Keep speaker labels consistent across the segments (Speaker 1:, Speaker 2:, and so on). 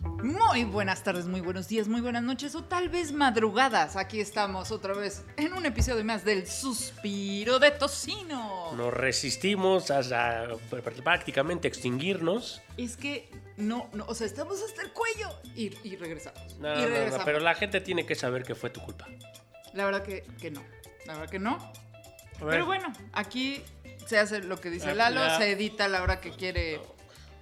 Speaker 1: Muy buenas tardes, muy buenos días, muy buenas noches o tal vez madrugadas. Aquí estamos otra vez en un episodio más del Suspiro de Tocino.
Speaker 2: Nos resistimos hasta prácticamente extinguirnos.
Speaker 1: Es que no, no, o sea, estamos hasta el cuello y, y regresamos.
Speaker 2: No, no,
Speaker 1: y
Speaker 2: no,
Speaker 1: regresamos.
Speaker 2: pero la gente tiene que saber que fue tu culpa.
Speaker 1: La verdad que, que no, la verdad que no.
Speaker 2: A ver,
Speaker 1: Pero bueno, aquí se hace lo que dice
Speaker 2: Ah,
Speaker 1: Lalo,
Speaker 2: ya.
Speaker 1: se edita a la hora que quiere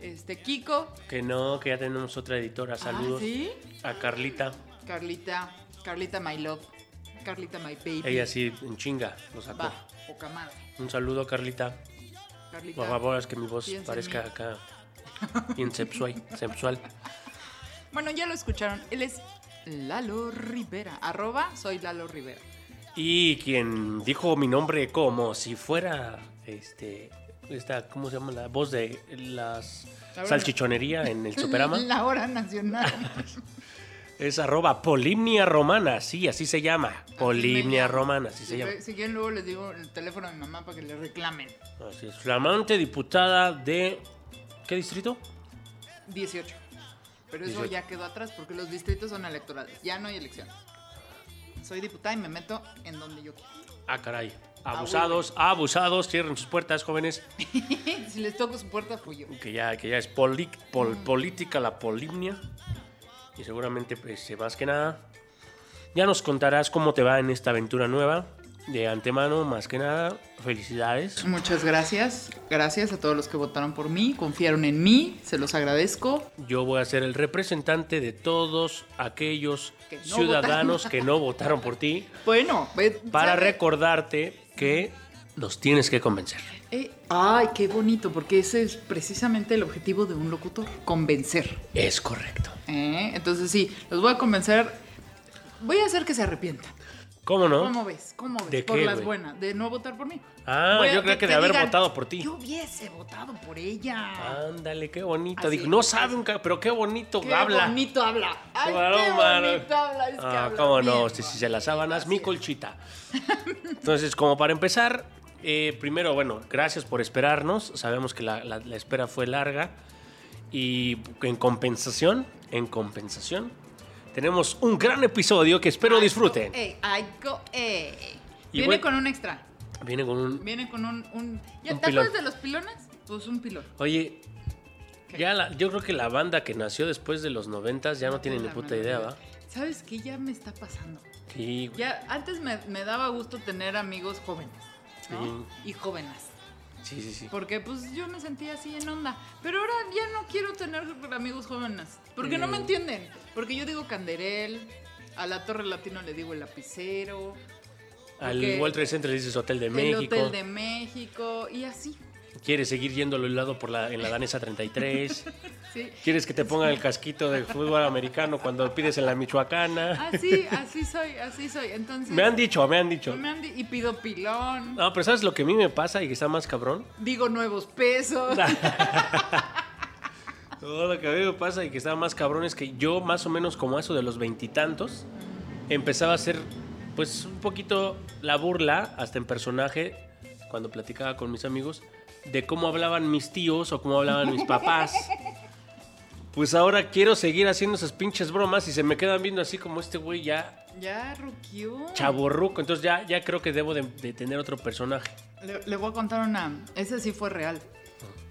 Speaker 1: este Kiko.
Speaker 2: Que no, que ya tenemos otra editora. Saludos
Speaker 1: Ah, ¿sí?
Speaker 2: a Carlita.
Speaker 1: Carlita, Carlita My Love, Carlita My Baby.
Speaker 2: Ella sí, en chinga, lo sacó.
Speaker 1: Va, poca madre.
Speaker 2: Un saludo, Carlita.
Speaker 1: Carlita.
Speaker 2: Por favor, es que mi voz
Speaker 1: Piensa en
Speaker 2: parezca
Speaker 1: mí.
Speaker 2: acá bien sexual. sexual.
Speaker 1: Bueno, ya lo escucharon. Él es Lalo Rivera. Arroba, soy Lalo Rivera.
Speaker 2: Y quien dijo mi nombre como si fuera este esta cómo se llama la voz de las
Speaker 1: La hora-
Speaker 2: salchichonería en el Superama
Speaker 1: La hora nacional.
Speaker 2: es arroba polimnia romana, sí, así se llama. Polimnia romana, así se
Speaker 1: Si-
Speaker 2: llama.
Speaker 1: Si quieren, luego les digo el teléfono de mi mamá para que le reclamen.
Speaker 2: Así es, flamante diputada de ¿qué distrito?
Speaker 1: 18. Pero eso
Speaker 2: 18.
Speaker 1: ya quedó atrás porque los distritos son electorales. Ya no hay elecciones. Soy diputada y me meto en donde yo quiero.
Speaker 2: Ah, caray. Abusados, abusados, cierren sus puertas, jóvenes.
Speaker 1: si les toco su puerta, fui yo.
Speaker 2: que ya, que ya es poli- pol- política la polimnia. Y seguramente, pues, eh, más que nada, ya nos contarás cómo te va en esta aventura nueva. De antemano, más que nada, felicidades.
Speaker 1: Muchas gracias. Gracias a todos los que votaron por mí, confiaron en mí, se los agradezco.
Speaker 2: Yo voy a ser el representante de todos aquellos
Speaker 1: Que no
Speaker 2: ciudadanos que no votaron por ti
Speaker 1: Bueno, ve-
Speaker 2: para
Speaker 1: ¿sabe?
Speaker 2: recordarte que los tienes que convencer.
Speaker 1: Eh, ay, qué bonito, porque ese es precisamente el objetivo de un locutor, convencer.
Speaker 2: Es correcto.
Speaker 1: ¿eh? Entonces sí, los voy a convencer, voy a hacer que se arrepientan.
Speaker 2: ¿Cómo no?
Speaker 1: ¿Cómo ves? ¿Cómo ves?
Speaker 2: ¿De
Speaker 1: por
Speaker 2: qué,
Speaker 1: las
Speaker 2: güey?
Speaker 1: buenas, de no votar por mí.
Speaker 2: Ah,
Speaker 1: Voy a-
Speaker 2: yo creo que de haber
Speaker 1: digan,
Speaker 2: votado por ti. Ah,
Speaker 1: Yo hubiese votado por ella.
Speaker 2: Ándale, qué bonito.
Speaker 1: Así
Speaker 2: Dijo, no
Speaker 1: es.
Speaker 2: sabe un ca- pero qué bonito
Speaker 1: qué
Speaker 2: habla.
Speaker 1: bonito habla. Ay,
Speaker 2: Claro,
Speaker 1: qué
Speaker 2: mano.
Speaker 1: bonito habla. Es que
Speaker 2: ah,
Speaker 1: habla
Speaker 2: cómo no,
Speaker 1: bien,
Speaker 2: si,
Speaker 1: güey.
Speaker 2: si se las sábanas, mi
Speaker 1: Así es.
Speaker 2: colchita. Entonces, como para empezar, eh, primero, bueno, gracias por esperarnos. Sabemos que la, la- la espera fue larga. Y en compensación, en compensación, tenemos un gran episodio que espero disfruten.
Speaker 1: Ey, ay, co- ey.
Speaker 2: Y
Speaker 1: Viene
Speaker 2: bueno-
Speaker 1: con un extra.
Speaker 2: Viene con un...
Speaker 1: Viene con un. un ¿Ya
Speaker 2: Un
Speaker 1: te acuerdas
Speaker 2: pilón.
Speaker 1: de los pilones? Pues un pilón.
Speaker 2: Oye,
Speaker 1: ¿Qué?
Speaker 2: ya la- yo creo que la banda que nació después de los noventas ya no tiene ni
Speaker 1: La
Speaker 2: puta
Speaker 1: menor
Speaker 2: idea, ¿va?
Speaker 1: ¿Sabes qué? Ya me está pasando.
Speaker 2: Sí, güey.
Speaker 1: Ya, antes me, me daba gusto tener amigos jóvenes, ¿no? Y jóvenes.
Speaker 2: sí, sí, sí.
Speaker 1: Porque pues yo me sentía así en onda. Pero ahora ya no quiero tener amigos jóvenes. Porque no me
Speaker 2: Mm.
Speaker 1: entienden. Porque yo digo Canderel, a la Torre Latino le digo el lapicero,
Speaker 2: Al
Speaker 1: porque
Speaker 2: World Trade Center le dices Hotel de
Speaker 1: el
Speaker 2: México.
Speaker 1: Hotel de México y así.
Speaker 2: Quieres seguir yendo al lado por la, en la danesa 33.
Speaker 1: Sí.
Speaker 2: Quieres que te pongan el casquito de fútbol americano cuando pides en la michoacana.
Speaker 1: Así, así soy, así soy. Entonces,
Speaker 2: Me han dicho, me han dicho.
Speaker 1: me han di- y pido pilón,
Speaker 2: No, pero ¿sabes lo que a mí me pasa y que está más cabrón?
Speaker 1: digo nuevos pesos.
Speaker 2: Todo lo que a mí me pasa y que estaba más cabrón es que yo, más o menos como eso de los veintitantos, empezaba a ser, pues, un poquito la burla, hasta en personaje, cuando platicaba con mis amigos, de cómo hablaban mis tíos o cómo hablaban mis papás. Pues ahora quiero seguir haciendo esas pinches bromas y se me quedan viendo así como este güey ya
Speaker 1: Ya, Rukiu.
Speaker 2: chaborruco. Entonces ya, ya creo que debo de, de tener otro personaje.
Speaker 1: Le, le voy a contar una. Esa sí fue real.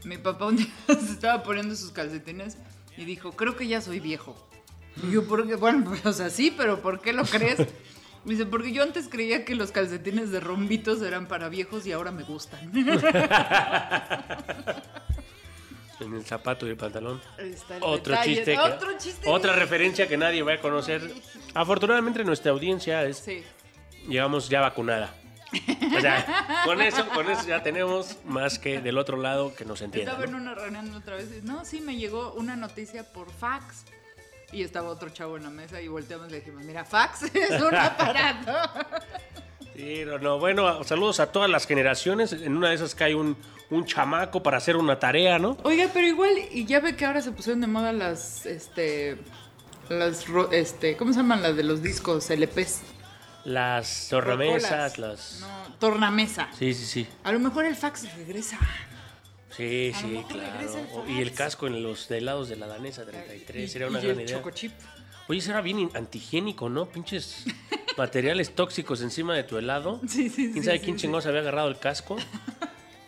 Speaker 1: Mi papá un día se estaba poniendo sus calcetines y dijo, creo que ya soy viejo. Y yo, ¿por qué? Bueno, pues, o sea, sí, pero ¿por qué lo crees? Me dice, porque yo antes creía que los calcetines de rombitos eran para viejos y ahora me gustan.
Speaker 2: En el zapato y el pantalón.
Speaker 1: Ahí está el
Speaker 2: Otro
Speaker 1: detalle.
Speaker 2: chiste. que-
Speaker 1: Otro chiste.
Speaker 2: Otra referencia que nadie va a conocer. Afortunadamente nuestra audiencia es
Speaker 1: Sí.
Speaker 2: llegamos ya vacunada. O sea, con eso, con eso ya tenemos más que del otro lado que nos entiendan.
Speaker 1: Estaba en
Speaker 2: ¿no?
Speaker 1: una reunión otra vez y no, sí, me llegó una noticia por fax. Y estaba otro chavo en la mesa y volteamos y le dijimos, mira, fax es un aparato.
Speaker 2: Sí, no, no. Bueno, saludos a todas las generaciones. En una de esas cae un, un chamaco para hacer una tarea, ¿no?
Speaker 1: Oiga, pero igual, y ya ve que ahora se pusieron de moda las, este, las, ro- este, ¿cómo se llaman las de los discos LPs?
Speaker 2: Las tornamesas,
Speaker 1: Rocolas.
Speaker 2: las...
Speaker 1: No, tornamesa.
Speaker 2: Sí, sí, sí.
Speaker 1: A lo mejor el fax regresa.
Speaker 2: Sí,
Speaker 1: A lo
Speaker 2: sí,
Speaker 1: mejor regresa
Speaker 2: claro.
Speaker 1: el
Speaker 2: O- y el
Speaker 1: fax.
Speaker 2: casco en los de helados de la danesa 33, sería una
Speaker 1: y
Speaker 2: gran
Speaker 1: el
Speaker 2: idea.
Speaker 1: chocochip.
Speaker 2: Oye, será bien in- antihigiénico, ¿no? Pinches materiales tóxicos encima de tu helado.
Speaker 1: Sí, sí,
Speaker 2: ¿Quién
Speaker 1: sí,
Speaker 2: sabe
Speaker 1: sí,
Speaker 2: quién
Speaker 1: sí.
Speaker 2: chingados había agarrado el casco?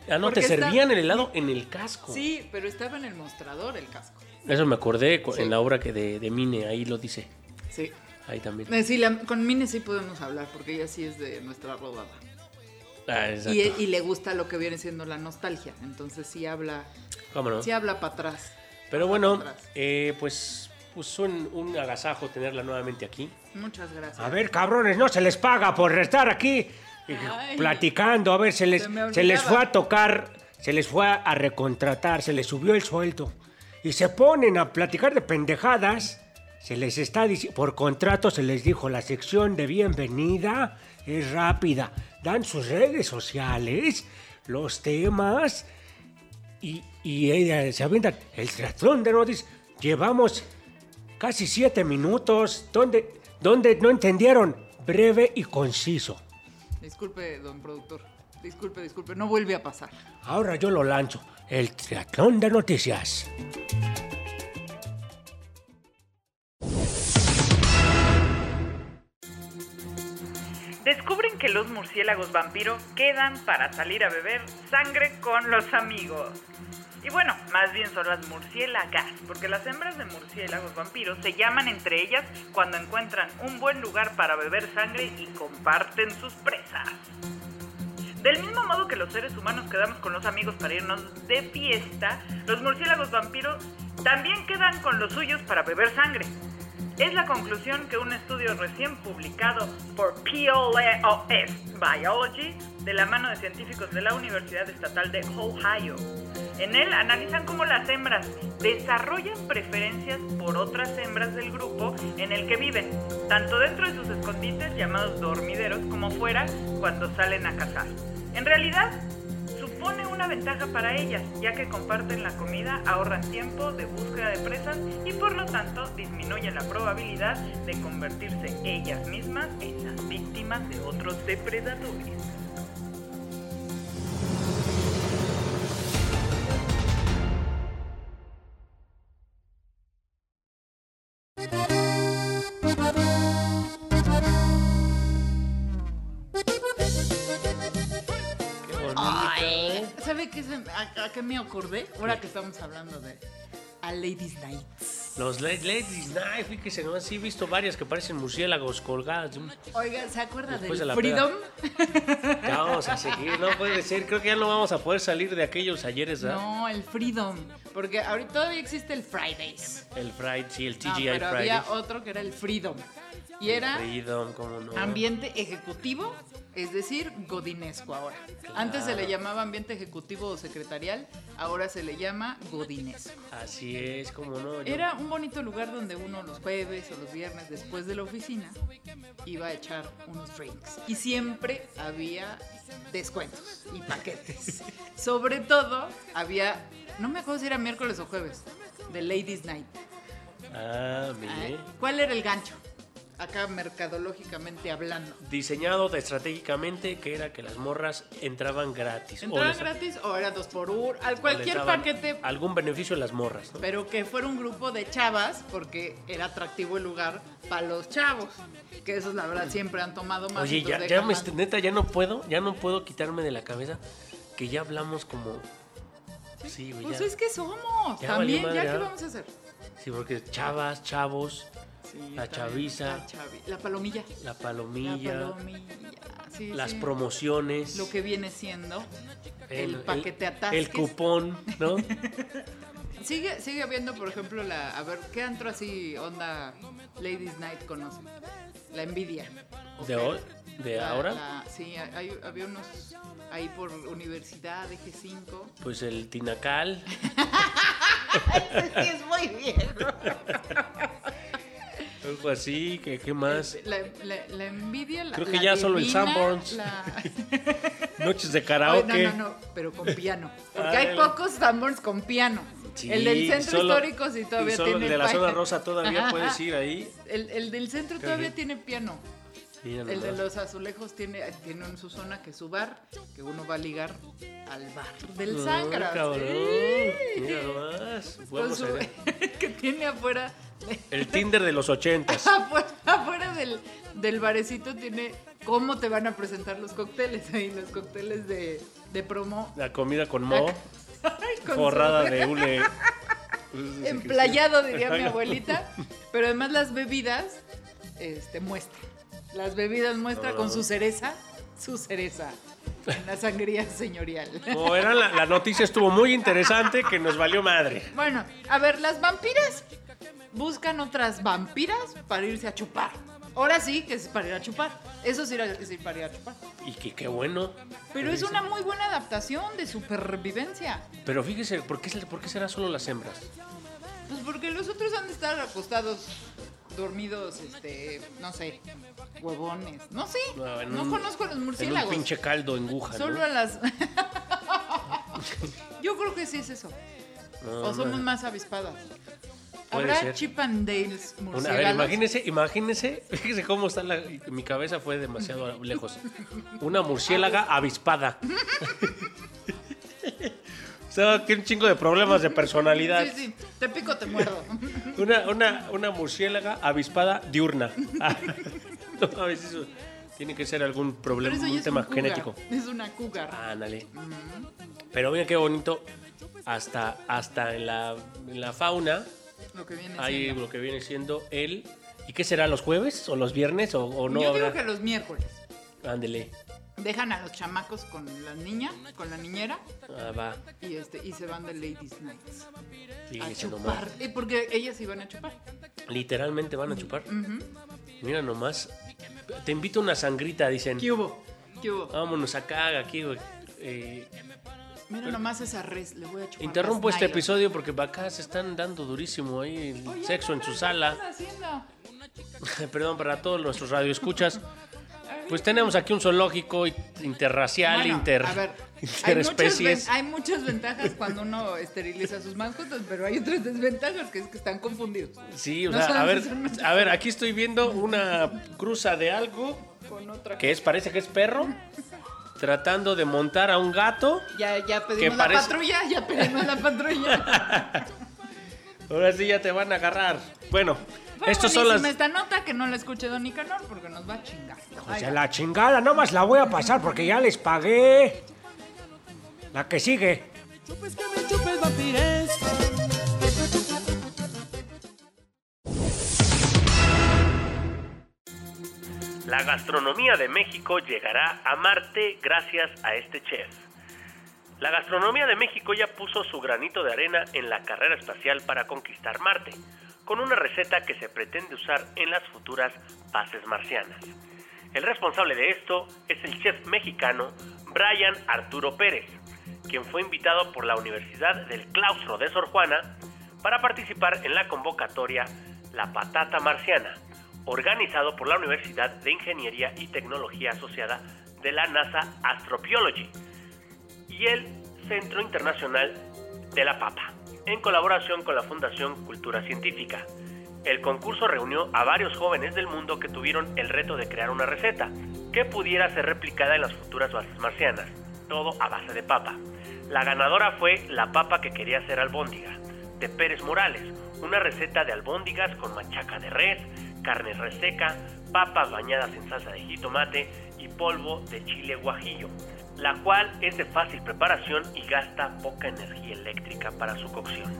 Speaker 2: Ah, no,
Speaker 1: Porque
Speaker 2: te
Speaker 1: está-
Speaker 2: servían el helado en el casco.
Speaker 1: Sí, pero estaba en el mostrador el casco.
Speaker 2: Eso me acordé cu-
Speaker 1: Sí.
Speaker 2: en la obra que de, de Mine, ahí lo dice.
Speaker 1: Sí.
Speaker 2: Ahí también.
Speaker 1: Eh, sí, la- con Mine sí podemos hablar porque ella sí es de nuestra rodada.
Speaker 2: Ah, exacto.
Speaker 1: Y, e, y le gusta lo que viene siendo la nostalgia. Entonces sí habla,
Speaker 2: ¿Cómo no?
Speaker 1: sí habla para atrás.
Speaker 2: Pero bueno,
Speaker 1: atrás.
Speaker 2: eh, pues, pues un, un agasajo tenerla nuevamente aquí.
Speaker 1: Muchas gracias.
Speaker 3: A ver, cabrones, no se les paga por estar aquí eh,
Speaker 1: Ay.
Speaker 3: platicando. A ver, se les,
Speaker 1: Se me
Speaker 3: se les
Speaker 1: olvidaba.
Speaker 3: fue a tocar, se les fue a recontratar, se les subió el sueldo. Y se ponen a platicar de pendejadas. Se les está diciendo, por contrato se les dijo, la sección de bienvenida es rápida. Dan sus redes sociales, los temas. Y, y ella se avienta el ratón de Rodis. Llevamos Casi siete minutos. ¿Dónde, dónde no entendieron? Breve y conciso.
Speaker 1: Disculpe, don productor. Disculpe, disculpe. No vuelve a pasar.
Speaker 3: Ahora yo lo lanzo. El triatlón de noticias.
Speaker 4: Descubren que los murciélagos vampiro quedan para salir a beber sangre con los amigos. Y bueno, más bien son las murciélagas, porque las hembras de murciélagos vampiros se llaman entre ellas cuando encuentran un buen lugar para beber sangre y comparten sus presas. Del mismo modo que los seres humanos quedamos con los amigos para irnos de fiesta, los murciélagos vampiros también quedan con los suyos para beber sangre. Es la conclusión que un estudio recién publicado por PLOS E Biology de la mano de científicos de la Universidad Estatal de Ohio. En él analizan cómo las hembras desarrollan preferencias por otras hembras del grupo en el que viven, tanto dentro de sus escondites llamados dormideros como fuera cuando salen a cazar. En realidad, supone una ventaja para ellas, ya que comparten la comida, ahorran tiempo de búsqueda de presas y por lo tanto disminuyen la probabilidad de convertirse ellas mismas en las víctimas de otros depredadores.
Speaker 2: Qué bonito.
Speaker 1: ¿Sabe qué se- a, a qué me acordé? Ahora que estamos hablando de a Ladies Night.
Speaker 2: Los la- Ladies Night, fíjese, no así he visto varias que parecen murciélagos colgadas. de un-
Speaker 1: Oiga, ¿se acuerda
Speaker 2: Después de
Speaker 1: del
Speaker 2: la
Speaker 1: Freedom?
Speaker 2: Ya vamos a seguir, no puede ser. Creo que ya no vamos a poder salir de aquellos ayeres, ¿verdad?
Speaker 1: No, el Freedom. Porque ahorita todavía existe el Fridays.
Speaker 2: El Friday, sí, el TGI
Speaker 1: No, Ah, pero
Speaker 2: Friday.
Speaker 1: había otro que era el Freedom. Y era
Speaker 2: Freedom, cómo no.
Speaker 1: ambiente ejecutivo, es decir, godinesco ahora. Antes se le llamaba ambiente ejecutivo o secretarial, ahora se le llama godinesco.
Speaker 2: Así es, cómo no. yo-
Speaker 1: Era un bonito lugar donde uno los jueves o los viernes después de la oficina iba a echar unos drinks. Y siempre había descuentos y paquetes. Sobre todo había, no me acuerdo si era miércoles o jueves, de Ladies Night.
Speaker 2: Ah, mire.
Speaker 1: Ah, ¿Cuál era el gancho? Acá mercadológicamente hablando.
Speaker 2: Diseñado de- estratégicamente que era que las morras entraban gratis. o
Speaker 1: ¿Entraban
Speaker 2: les-
Speaker 1: gratis o era dos por uno? Al
Speaker 2: o les
Speaker 1: cualquier
Speaker 2: daban
Speaker 1: paquete,
Speaker 2: Algún beneficio a las morras, ¿no?
Speaker 1: pero que fuera un grupo de chavas, porque era atractivo el lugar para los chavos. Que esos, la verdad, siempre han tomado más.
Speaker 2: Oye, ya,
Speaker 1: entonces
Speaker 2: ya
Speaker 1: dejan
Speaker 2: me,
Speaker 1: más.
Speaker 2: neta, ya no puedo, ya no puedo quitarme de la cabeza que ya hablamos como... Sí, güey,
Speaker 1: Pues
Speaker 2: ya.
Speaker 1: es que somos.
Speaker 2: Ya
Speaker 1: también,
Speaker 2: valió madre,
Speaker 1: ¿ya
Speaker 2: ya.
Speaker 1: qué vamos a hacer?
Speaker 2: Sí, porque chavas, chavos, la
Speaker 1: también,
Speaker 2: chaviza,
Speaker 1: La, chavi- la palomilla.
Speaker 2: la
Speaker 1: La
Speaker 2: palomilla,
Speaker 1: palomilla. sí,
Speaker 2: las
Speaker 1: sí.
Speaker 2: promociones,
Speaker 1: Lo que viene siendo. el paquete atasques.
Speaker 2: el cupón, ¿no?
Speaker 1: Sigue, sigue habiendo, por ejemplo, la. A ver, ¿qué antro así onda Ladies Night conocen? La envidia.
Speaker 2: de hoy, de
Speaker 1: La-
Speaker 2: ahora,
Speaker 1: la- sí, hay- había unos ahí por Universidad, Eje 5.
Speaker 2: pues el tinacal,
Speaker 1: Sí, es muy bien.
Speaker 2: algo así, que qué más,
Speaker 1: La, la- la envidia. La,
Speaker 2: Creo que
Speaker 1: la
Speaker 2: ya solo el
Speaker 1: divina,
Speaker 2: Sanborns.
Speaker 1: la-
Speaker 2: noches de
Speaker 1: Ay,
Speaker 2: karaoke.
Speaker 1: no, no, no, pero con piano. Porque
Speaker 2: Ah,
Speaker 1: hay
Speaker 2: el-
Speaker 1: pocos Sanborns con piano.
Speaker 2: Sí,
Speaker 1: el del centro
Speaker 2: solo-
Speaker 1: histórico sí todavía
Speaker 2: y solo
Speaker 1: tiene
Speaker 2: el de la
Speaker 1: pa-
Speaker 2: zona rosa todavía puedes ir ahí.
Speaker 1: El, el del centro todavía tiene piano.
Speaker 2: Sí, ya no
Speaker 1: El de
Speaker 2: vas.
Speaker 1: los azulejos tiene, tiene en su zona que su bar, que uno va a ligar al bar del
Speaker 2: Ay,
Speaker 1: Sangras.
Speaker 2: Ah, cabrón.
Speaker 1: Sí.
Speaker 2: Mira nomás.
Speaker 1: Con
Speaker 2: Vamos
Speaker 1: su-
Speaker 2: allá.
Speaker 1: que tiene afuera,
Speaker 2: El Tinder de los ochentas.
Speaker 1: afuera, afuera del, del barecito tiene cómo te van a presentar los cócteles ahí, los cócteles de, de promo.
Speaker 2: La comida con mo,
Speaker 1: Ay, con su-
Speaker 2: forrada de hule. Pues,
Speaker 1: Emplayado, diría mi abuelita. Pero además las bebidas, este, muestra. Las bebidas muestra con su cereza, su cereza. En la sangría señorial.
Speaker 2: Como verán, la, la noticia estuvo muy interesante que nos valió madre.
Speaker 1: Bueno, a ver, las vampiras buscan otras vampiras para irse a chupar. Ahora sí que es para ir a chupar. Eso sí era- es ir para ir a chupar.
Speaker 2: Y que qué bueno.
Speaker 1: Pero es una muy buena adaptación de supervivencia.
Speaker 2: Pero fíjese, ¿por qué, se- por qué será solo las hembras?
Speaker 1: Pues porque los otros han de estar acostados, dormidos, este, no sé, huevones. No sé.
Speaker 2: No,
Speaker 1: No,
Speaker 2: en un-
Speaker 1: conozco a los
Speaker 2: En un
Speaker 1: murciélagos.
Speaker 2: pinche caldo en Wuhan, ¿no?
Speaker 1: Solo a las. Yo creo que sí es eso.
Speaker 2: No,
Speaker 1: o somos
Speaker 2: madre.
Speaker 1: más avispadas.
Speaker 2: Puede
Speaker 1: Habrá
Speaker 2: ser.
Speaker 1: Chip and Dales
Speaker 2: Una- a ver,
Speaker 1: murciélagos.
Speaker 2: imagínese, imagínese, fíjese cómo está la- mi cabeza fue demasiado lejos. Una murciélaga avispada. o sea, tiene un chingo de problemas de personalidad.
Speaker 1: Sí, sí, te pico, te muerdo.
Speaker 2: Una, una, una murciélaga avispada diurna. Ah, no mames, eso tiene que ser algún
Speaker 1: Pero
Speaker 2: problema,
Speaker 1: eso ya
Speaker 2: un
Speaker 1: es
Speaker 2: tema
Speaker 1: un cougar, Mm.
Speaker 2: genético.
Speaker 1: Es una cougar.
Speaker 2: Ándale. Pero mira qué bonito. Hasta, hasta en, la, en la fauna
Speaker 1: Lo que viene
Speaker 2: hay
Speaker 1: siendo.
Speaker 2: lo que viene siendo el. ¿Y qué será los jueves o los viernes o, o no?
Speaker 1: Yo digo
Speaker 2: habrá?
Speaker 1: que los miércoles
Speaker 2: Ándele.
Speaker 1: dejan a los chamacos con la niña, con la niñera,
Speaker 2: Ah, va.
Speaker 1: y este, y se van de Ladies Nights. A
Speaker 2: Fíjese nomás.
Speaker 1: chupar. Eh, porque ellas iban a chupar.
Speaker 2: Literalmente van a chupar. Mira nomás. Te invito a una sangrita, dicen.
Speaker 1: ¿Qué hubo? ¿Qué hubo?
Speaker 2: Vámonos acá, aquí, güey. Eh,
Speaker 1: Mira nomás esa res, le voy a chupar.
Speaker 2: interrumpo
Speaker 1: las
Speaker 2: este
Speaker 1: nylon.
Speaker 2: episodio porque acá se están dando durísimo ahí el
Speaker 1: Oye,
Speaker 2: sexo en
Speaker 1: no,
Speaker 2: su
Speaker 1: ¿qué
Speaker 2: sala.
Speaker 1: están haciendo?
Speaker 2: Perdón para todos nuestros radioescuchas. Pues tenemos aquí un zoológico i- interracial,
Speaker 1: Bueno,
Speaker 2: inter,
Speaker 1: a ver, hay muchas, ven-
Speaker 2: interespecies.
Speaker 1: hay muchas ventajas cuando uno esteriliza sus mascotas, pero hay otras desventajas que es que están confundidos.
Speaker 2: Sí, o
Speaker 1: No
Speaker 2: sea, a
Speaker 1: saben
Speaker 2: ver,
Speaker 1: si son-
Speaker 2: a ver, aquí estoy viendo una cruza de algo
Speaker 1: Con otra
Speaker 2: que es parece que es perro tratando de montar a un gato.
Speaker 1: Ya, ya
Speaker 2: Que
Speaker 1: pedimos la
Speaker 2: parece-
Speaker 1: patrulla, ya pedimos la patrulla.
Speaker 2: Ahora sí ya te van a agarrar. Bueno,
Speaker 1: Fue
Speaker 2: estos son
Speaker 1: buenísima
Speaker 2: las
Speaker 1: esta nota que no la escuche Don Nicanor porque nos va a chingar.
Speaker 3: O
Speaker 2: Pues
Speaker 1: Ay,
Speaker 3: sea, la chingada, nomás la voy a pasar porque ya les pagué. La que sigue.
Speaker 5: Chupes que me chupes vampires.
Speaker 2: La gastronomía de México llegará a Marte gracias a este chef. La gastronomía de México ya puso su granito de arena en la carrera espacial para conquistar Marte, con una receta que se pretende usar en las futuras bases marcianas. El responsable de esto es el chef mexicano Brian Arturo Pérez, quien fue invitado por la Universidad del Claustro de Sor Juana para participar en la convocatoria La Patata Marciana, organizado por la Universidad de Ingeniería y Tecnología Asociada de la NASA Astrobiology y el Centro Internacional de la Papa, en colaboración con la Fundación Cultura Científica. El concurso reunió a varios jóvenes del mundo que tuvieron el reto de crear una receta que pudiera ser replicada en las futuras bases marcianas, todo a base de papa. La ganadora fue la papa que quería hacer albóndiga, de Pérez Morales, una receta de albóndigas con machaca de res, carne reseca, papas bañadas en salsa de jitomate y polvo de chile guajillo, la cual es de fácil preparación y gasta poca energía eléctrica para su cocción.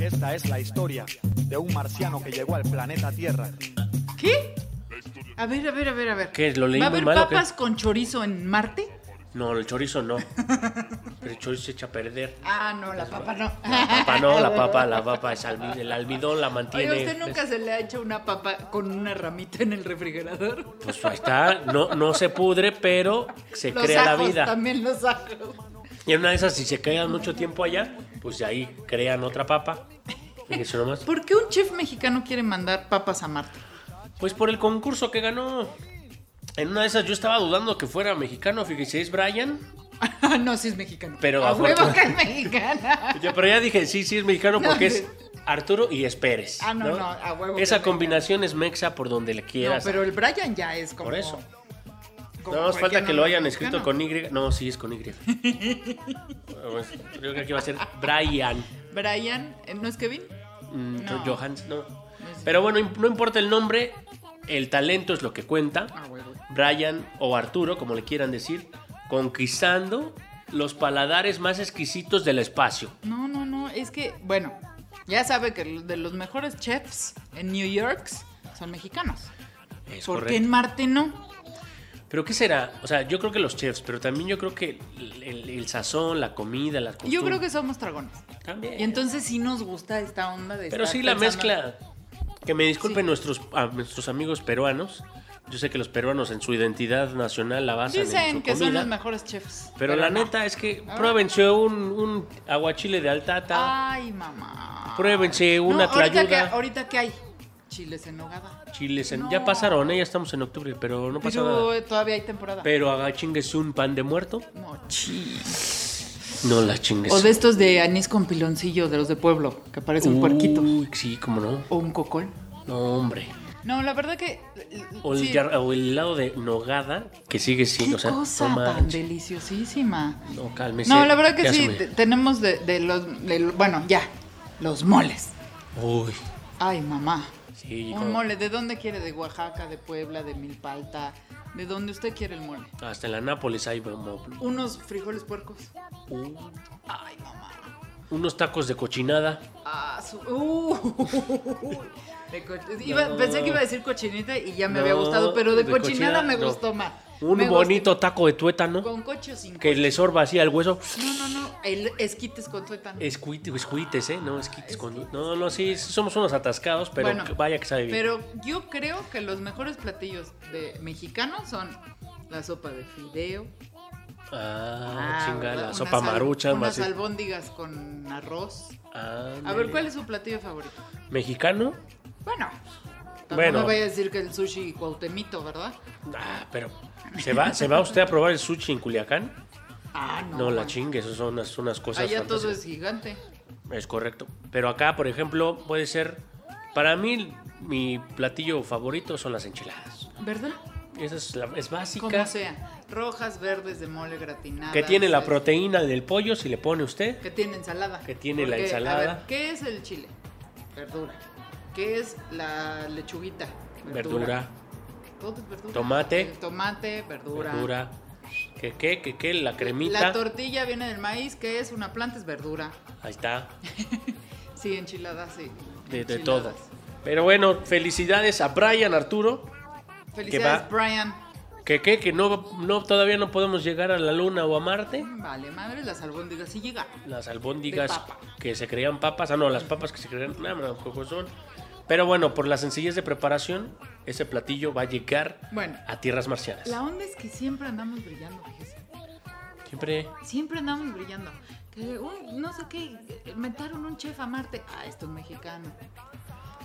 Speaker 6: Esta es la historia de un marciano que llegó al planeta Tierra.
Speaker 1: ¿Qué? A ver, a ver, a ver, a ver.
Speaker 2: ¿Qué? ¿Lo leí
Speaker 1: ¿Va a
Speaker 2: muy
Speaker 1: haber
Speaker 2: mal o qué?
Speaker 1: papas con chorizo en Marte?
Speaker 2: No, el chorizo no. Pero el chorizo se echa a perder.
Speaker 1: Ah, no, la papa no.
Speaker 2: Papa no, la papa, la papa es almidón, el almidón la
Speaker 1: Ah, Oye,
Speaker 2: mantiene.
Speaker 1: ¿a ¿usted nunca se le ha hecho una papa con una ramita en el refrigerador?
Speaker 2: Pues ahí está, no, no se pudre, pero se
Speaker 1: los
Speaker 2: crea la
Speaker 1: ajos,
Speaker 2: vida.
Speaker 1: también los ajos.
Speaker 2: Y en una de esas, si se quedan mucho tiempo allá, pues de ahí crean otra papa. Fíjese nomás.
Speaker 1: ¿Por qué un chef mexicano quiere mandar papas a Marte?
Speaker 2: Pues por el concurso que ganó. En una de esas yo estaba dudando que fuera mexicano, fíjese, es Brian.
Speaker 1: no, sí es mexicano.
Speaker 2: Pero
Speaker 1: a huevo
Speaker 2: afortuna-
Speaker 1: que es mexicana.
Speaker 2: Yo, pero ya dije, sí, sí es mexicano porque es Arturo y es Pérez.
Speaker 1: Ah, no, no, a huevo que es
Speaker 2: Esa
Speaker 1: mexa.
Speaker 2: combinación es mexa por donde le
Speaker 1: No,
Speaker 2: quieras.
Speaker 1: pero el Brian ya es como.
Speaker 2: Por eso.
Speaker 1: como
Speaker 2: Nada más falta
Speaker 1: cualquier
Speaker 2: que lo
Speaker 1: nombre
Speaker 2: hayan escrito
Speaker 1: mexicano.
Speaker 2: con Y. No, sí, es con Y. Bueno, pues, Yo creo que va a ser Brian
Speaker 1: Brian, eh, ¿no es Kevin?
Speaker 2: mm,
Speaker 1: No.
Speaker 2: Johans, no. Pero bueno, imp- no importa el nombre, el talento es lo que cuenta.
Speaker 1: Ah, huevo.
Speaker 2: Brian o Arturo, como le quieran decir, conquistando los paladares más exquisitos del espacio.
Speaker 1: No, no, no, es que, bueno, ya sabe que de los mejores chefs en New York son mexicanos.
Speaker 2: Es
Speaker 1: ¿Por qué
Speaker 2: correcto.
Speaker 1: en Marte no?
Speaker 2: Pero ¿qué será? O sea, yo creo que los chefs, pero también yo creo que el, el- el sazón, la comida, las costumbres.
Speaker 1: Yo creo que somos dragones.
Speaker 2: También.
Speaker 1: Y entonces sí nos gusta esta onda de.
Speaker 2: pero
Speaker 1: estar
Speaker 2: sí la
Speaker 1: pensando-
Speaker 2: mezcla. Que me disculpen
Speaker 1: Sí.
Speaker 2: nuestros, a nuestros amigos peruanos. Yo sé que los peruanos en su identidad nacional la basan en su
Speaker 1: Dicen que
Speaker 2: comida.
Speaker 1: son los mejores chefs.
Speaker 2: Pero, la
Speaker 1: no. Ah.
Speaker 2: neta es que pruébense un, un aguachile de altata,
Speaker 1: Ay, mamá.
Speaker 2: Pruébense una
Speaker 1: ahorita que,
Speaker 2: tlayuda.
Speaker 1: ahorita que hay chiles en nogada.
Speaker 2: chiles. en-
Speaker 1: No.
Speaker 2: Ya pasaron, ¿eh? ya estamos en octubre, pero no pasa
Speaker 1: Pero
Speaker 2: nada.
Speaker 1: todavía hay temporada.
Speaker 2: Pero haga chingues un pan de muerto.
Speaker 1: No, chi.
Speaker 2: No la chingues.
Speaker 1: O de estos de anís con piloncillo, de los de pueblo, que parece
Speaker 2: Uh.
Speaker 1: un puerquito.
Speaker 2: Uy, sí, cómo no.
Speaker 1: O un cocol.
Speaker 2: No, hombre.
Speaker 1: No, la verdad que.
Speaker 2: O el,
Speaker 1: sí.
Speaker 2: yar- o el helado de nogada, que sigue
Speaker 1: Qué
Speaker 2: siendo. o sea,
Speaker 1: cosa
Speaker 2: no
Speaker 1: tan
Speaker 2: manches.
Speaker 1: deliciosísima.
Speaker 2: No, cálmese.
Speaker 1: No, la verdad que
Speaker 2: Ya
Speaker 1: sí,
Speaker 2: se me-
Speaker 1: te- tenemos de, de los. de lo- bueno, ya, los moles.
Speaker 2: Uy,
Speaker 1: Ay, mamá.
Speaker 2: sí.
Speaker 1: Un
Speaker 2: como-
Speaker 1: mole, ¿de dónde quiere? ¿De Oaxaca, de Puebla, de Milpalta? ¿De dónde usted quiere el mole?
Speaker 2: Hasta en la Nápoles hay como-
Speaker 1: Unos frijoles puercos.
Speaker 2: uh,
Speaker 1: Ay, mamá.
Speaker 2: unos tacos de cochinada.
Speaker 1: Ah, su- uh, de co- iba-
Speaker 2: No.
Speaker 1: Pensé que iba a decir cochinita y ya me
Speaker 2: No, pues
Speaker 1: había gustado, pero de,
Speaker 2: de
Speaker 1: cochinada,
Speaker 2: cochinada,
Speaker 1: me
Speaker 2: no.
Speaker 1: gustó más.
Speaker 2: Un
Speaker 1: Me gustó-
Speaker 2: bonito taco de tuétano
Speaker 1: Con coche o sin
Speaker 2: que
Speaker 1: coche.
Speaker 2: le sorba así al hueso.
Speaker 1: No, no, no. El esquites con tuétano.
Speaker 2: Escuites, escuites, ¿eh? No, esquites con... No, no, sí, sí somos unos atascados, pero
Speaker 1: Bueno,
Speaker 2: que- vaya que sabe bien.
Speaker 1: Pero yo creo que los mejores platillos de mexicanos son la sopa de fideo.
Speaker 2: Ah, chinga,
Speaker 1: ¿verdad?
Speaker 2: la
Speaker 1: Unas
Speaker 2: sopa
Speaker 1: al-
Speaker 2: marucha.
Speaker 1: Unas
Speaker 2: más-
Speaker 1: albóndigas con arroz.
Speaker 2: Ah,
Speaker 1: A
Speaker 2: ándale.
Speaker 1: ver, ¿cuál es su platillo favorito?
Speaker 2: ¿Mexicano?
Speaker 1: Bueno.
Speaker 2: Bueno.
Speaker 1: No me vaya a decir que el sushi cuautemito, ¿verdad?
Speaker 2: Ah, pero... ¿Se va, ¿Se va usted a probar el sushi en Culiacán?
Speaker 1: Ah, no.
Speaker 2: No, la
Speaker 1: man.
Speaker 2: chingue, eso son unas, unas cosas
Speaker 1: Allá todo
Speaker 2: fantásticas.
Speaker 1: es gigante.
Speaker 2: Es correcto. Pero acá, por ejemplo, puede ser. Para mí, mi platillo favorito son las enchiladas.
Speaker 1: ¿Verdad?
Speaker 2: Esa es, la, es
Speaker 1: Como
Speaker 2: básica.
Speaker 1: sea. Rojas, verdes de mole este, gratinado.
Speaker 2: Que tiene la proteína del pollo, si le pone usted.
Speaker 1: Que tiene ensalada.
Speaker 2: Que tiene la
Speaker 1: a
Speaker 2: ensalada.
Speaker 1: ver, ¿Qué es el chile? Verdura. ¿Qué es la lechuguita?
Speaker 2: Verdura,
Speaker 1: Todo es verdura.
Speaker 2: Tomate.
Speaker 1: El tomate, verdura.
Speaker 2: verdura. Que qué, que qué, la cremita.
Speaker 1: La tortilla viene del maíz, que es una planta, es verdura.
Speaker 2: Ahí está.
Speaker 1: Sí, enchiladas, sí.
Speaker 2: De, de
Speaker 1: Enchiladas.
Speaker 2: todo. Pero bueno, felicidades a Brian Arturo.
Speaker 1: Felicidades,
Speaker 2: Que
Speaker 1: Brian.
Speaker 2: Que qué, que no, no, todavía no podemos llegar a la Luna o a Marte.
Speaker 1: Vale, madre, las albóndigas sí llega.
Speaker 2: las albóndigas
Speaker 1: De papa.
Speaker 2: que se creían papas, ah no, las papas que se creían, no, no, coco pues, son. Pero bueno, por la sencillez de preparación, ese platillo va a llegar
Speaker 1: Bueno.
Speaker 2: a tierras marcianas.
Speaker 1: La onda es que siempre andamos brillando, fíjese.
Speaker 2: Siempre
Speaker 1: Siempre andamos brillando. Que un- no sé qué, inventaron un chef a Marte. Ah, esto es mexicano.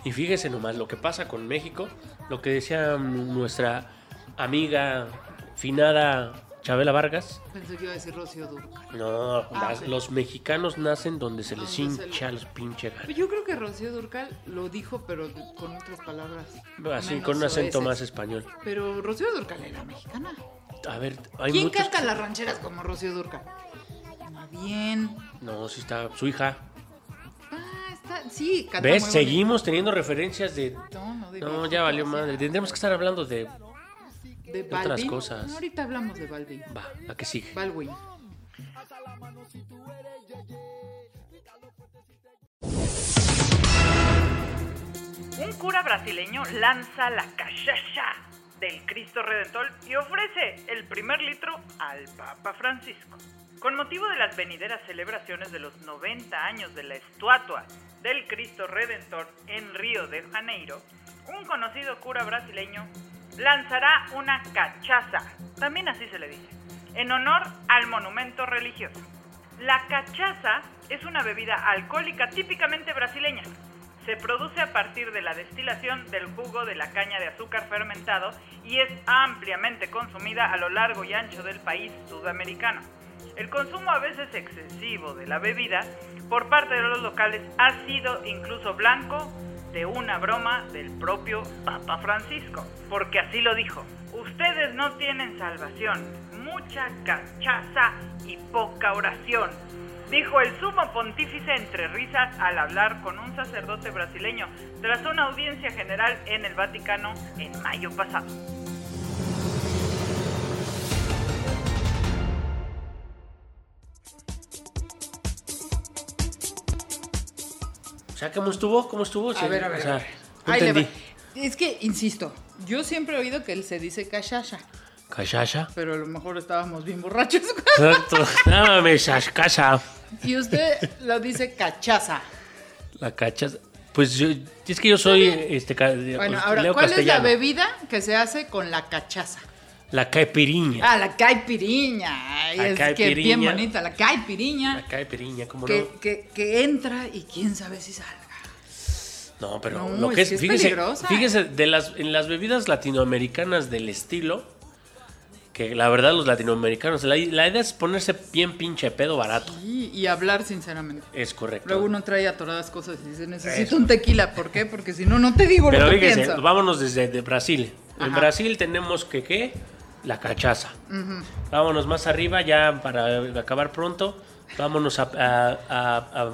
Speaker 2: y fíjese nomás lo que pasa con México, lo que decía mm, nuestra amiga finada Chabela Vargas.
Speaker 1: Pensé que iba a decir Rocío Dúrcal.
Speaker 2: No,
Speaker 1: Ah,
Speaker 2: las-
Speaker 1: sí.
Speaker 2: los mexicanos nacen donde se les
Speaker 1: Donde se
Speaker 2: hincha los pinche ganas.
Speaker 1: Yo creo que Rocío Dúrcal lo dijo, pero de- con otras palabras.
Speaker 2: Así,
Speaker 1: menos
Speaker 2: con un acento
Speaker 1: soeces.
Speaker 2: más español.
Speaker 1: Pero Rocío Dúrcal era mexicana.
Speaker 2: A ver, hay
Speaker 1: ¿Quién
Speaker 2: muchos...
Speaker 1: canta las rancheras como Rocío Dúrcal? Ah, bien.
Speaker 2: No, sí está su hija.
Speaker 1: Ah, está. Sí, canta
Speaker 2: ¿Ves?
Speaker 1: muy bonito.
Speaker 2: Seguimos teniendo referencias de
Speaker 1: No, no, debí.
Speaker 2: No, ya valió madre. Tendremos que estar hablando de.
Speaker 1: De
Speaker 2: otras
Speaker 1: Balvin.
Speaker 2: cosas.
Speaker 1: No, ahorita hablamos de Balvin.
Speaker 2: Va, la que sigue.
Speaker 1: Balwin.
Speaker 4: Un cura brasileño lanza la cachacha del Cristo Redentor y ofrece el primer litro al Papa Francisco. Con motivo de las venideras celebraciones de los 90 años de la estatua del Cristo Redentor en Río de Janeiro, un conocido cura brasileño lanzará una cachaza, también así se le dice, en honor al monumento religioso. La cachaza es una bebida alcohólica típicamente brasileña. Se produce a partir de la destilación del jugo de la caña de azúcar fermentado y es ampliamente consumida a lo largo y ancho del país sudamericano. El consumo a veces excesivo de la bebida por parte de los locales ha sido incluso blanco de una broma del propio Papa Francisco, porque así lo dijo. Ustedes no tienen salvación, mucha cachaza y poca oración, dijo el sumo pontífice entre risas al hablar con un sacerdote brasileño tras una audiencia general en el Vaticano en mayo pasado.
Speaker 2: O sea, ¿cómo estuvo? ¿Cómo estuvo?
Speaker 1: A ver, a ver,
Speaker 2: O
Speaker 1: a
Speaker 2: sea,
Speaker 1: ver.
Speaker 2: no
Speaker 1: Ahí le va.
Speaker 2: entendí.
Speaker 1: Es que, insisto, yo siempre he oído que él se dice cachacha,
Speaker 2: Cachacha.
Speaker 1: pero a lo mejor estábamos bien borrachos.
Speaker 2: Exacto. Dame esas casa.
Speaker 1: y usted lo dice cachaza.
Speaker 2: La cachaza. Pues yo, es que yo soy este ca-
Speaker 1: Bueno,
Speaker 2: leo
Speaker 1: ahora, ¿cuál es la
Speaker 2: castellano.
Speaker 1: bebida que se hace con la cachaza?
Speaker 2: La caipiriña.
Speaker 1: Ah, la caipiriña. Ay,
Speaker 2: La
Speaker 1: es que
Speaker 2: caipiriña.
Speaker 1: bien bonita, la caipiriña.
Speaker 2: La caipiriña, ¿cómo
Speaker 1: que,
Speaker 2: no?
Speaker 1: que- que entra y quién sabe si salga.
Speaker 2: No, pero
Speaker 1: No,
Speaker 2: lo que
Speaker 1: es
Speaker 2: es,
Speaker 1: que es
Speaker 2: fíjese,
Speaker 1: peligrosa.
Speaker 2: fíjese de las, en las bebidas latinoamericanas del estilo, que la verdad los latinoamericanos, la, la idea es ponerse bien pinche pedo barato.
Speaker 1: Y, y hablar sinceramente.
Speaker 2: Es correcto.
Speaker 1: Luego uno trae atoradas cosas y dice, necesito un tequila. ¿Por qué? Porque si no, no te digo
Speaker 2: pero
Speaker 1: lo que
Speaker 2: fíjese,
Speaker 1: pienso.
Speaker 2: vámonos desde de Brasil. En
Speaker 1: Ajá.
Speaker 2: Brasil tenemos que, ¿qué? La cachaza. Vámonos más arriba, ya para acabar pronto, vámonos a, a- a-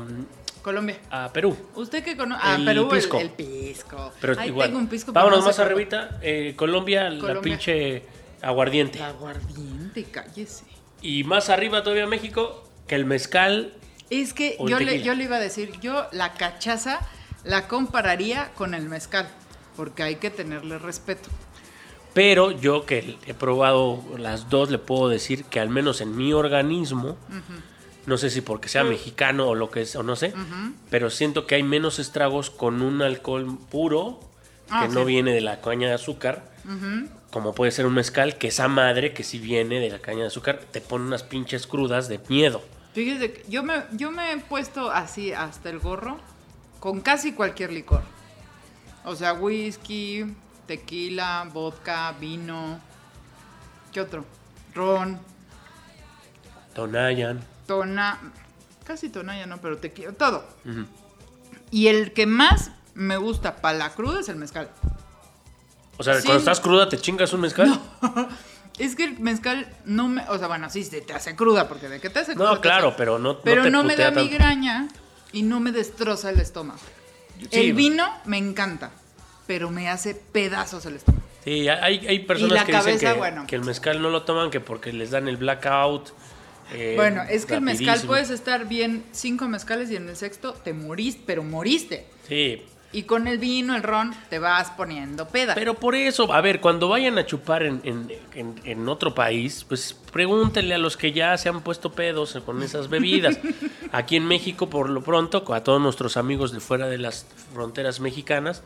Speaker 1: Colombia.
Speaker 2: a- a Perú.
Speaker 1: Usted que conoce. Ah,
Speaker 2: El
Speaker 1: Perú, el-
Speaker 2: pisco.
Speaker 1: El, pisco.
Speaker 2: Pero
Speaker 1: Ahí
Speaker 2: igual.
Speaker 1: tengo un pisco. pero
Speaker 2: Vámonos
Speaker 1: no sé
Speaker 2: más
Speaker 1: cómo-
Speaker 2: arribita. eh, Colombia, la
Speaker 1: Colombia.
Speaker 2: pinche aguardiente.
Speaker 1: La aguardiente, cállese.
Speaker 2: Y más arriba todavía México, que el mezcal.
Speaker 1: Es que
Speaker 2: O el
Speaker 1: yo le,
Speaker 2: tequila.
Speaker 1: yo le iba a decir, yo la cachaza la compararía con el mezcal. Porque hay que tenerle respeto.
Speaker 2: Pero yo que he probado las dos, le puedo decir que al menos en mi organismo, no sé si porque
Speaker 1: Mm.
Speaker 2: sea mexicano o lo que es, o no sé, pero siento que hay menos estragos con un alcohol puro
Speaker 1: Ah,
Speaker 2: que no
Speaker 1: sí.
Speaker 2: viene de la caña de azúcar. Como puede ser un mezcal, que esa madre que sí viene de la caña de azúcar te pone unas pinches crudas de miedo.
Speaker 1: Fíjese, que yo me, yo me he puesto así hasta el gorro con casi cualquier licor. O sea, whisky, tequila, vodka, vino. ¿Qué otro? Ron,
Speaker 2: Tonayan.
Speaker 1: tona. Casi tona ya no, pero tequila, todo. Y el que más me gusta para la cruda es el mezcal.
Speaker 2: O sea,
Speaker 1: Sí.
Speaker 2: cuando estás cruda te chingas un mezcal.
Speaker 1: Es que el mezcal no me. O sea, bueno, sí, se te hace cruda, porque de qué te hace
Speaker 2: No,
Speaker 1: cruda. te
Speaker 2: claro,
Speaker 1: hace-
Speaker 2: pero no- no
Speaker 1: Pero
Speaker 2: te
Speaker 1: no me
Speaker 2: putea
Speaker 1: da
Speaker 2: tanto.
Speaker 1: migraña y no me destroza el estómago.
Speaker 2: Sí.
Speaker 1: El vino me encanta, pero me hace pedazos el estómago.
Speaker 2: Sí, hay, hay personas
Speaker 1: Y la
Speaker 2: que dicen
Speaker 1: cabeza,
Speaker 2: que,
Speaker 1: bueno.
Speaker 2: que el mezcal no lo toman que porque les dan el blackout. eh,
Speaker 1: bueno, es que el mezcal
Speaker 2: rapidísimo.
Speaker 1: puedes estar bien cinco mezcales y en el sexto te moriste, pero moriste.
Speaker 2: Sí,
Speaker 1: Y con el vino, el ron, te vas poniendo peda.
Speaker 2: pero por eso, a ver, cuando vayan a chupar en, en- en- en otro país, pues pregúntenle a los que ya se han puesto pedos con esas bebidas. Aquí en México, por lo pronto, a todos nuestros amigos de fuera de las fronteras mexicanas,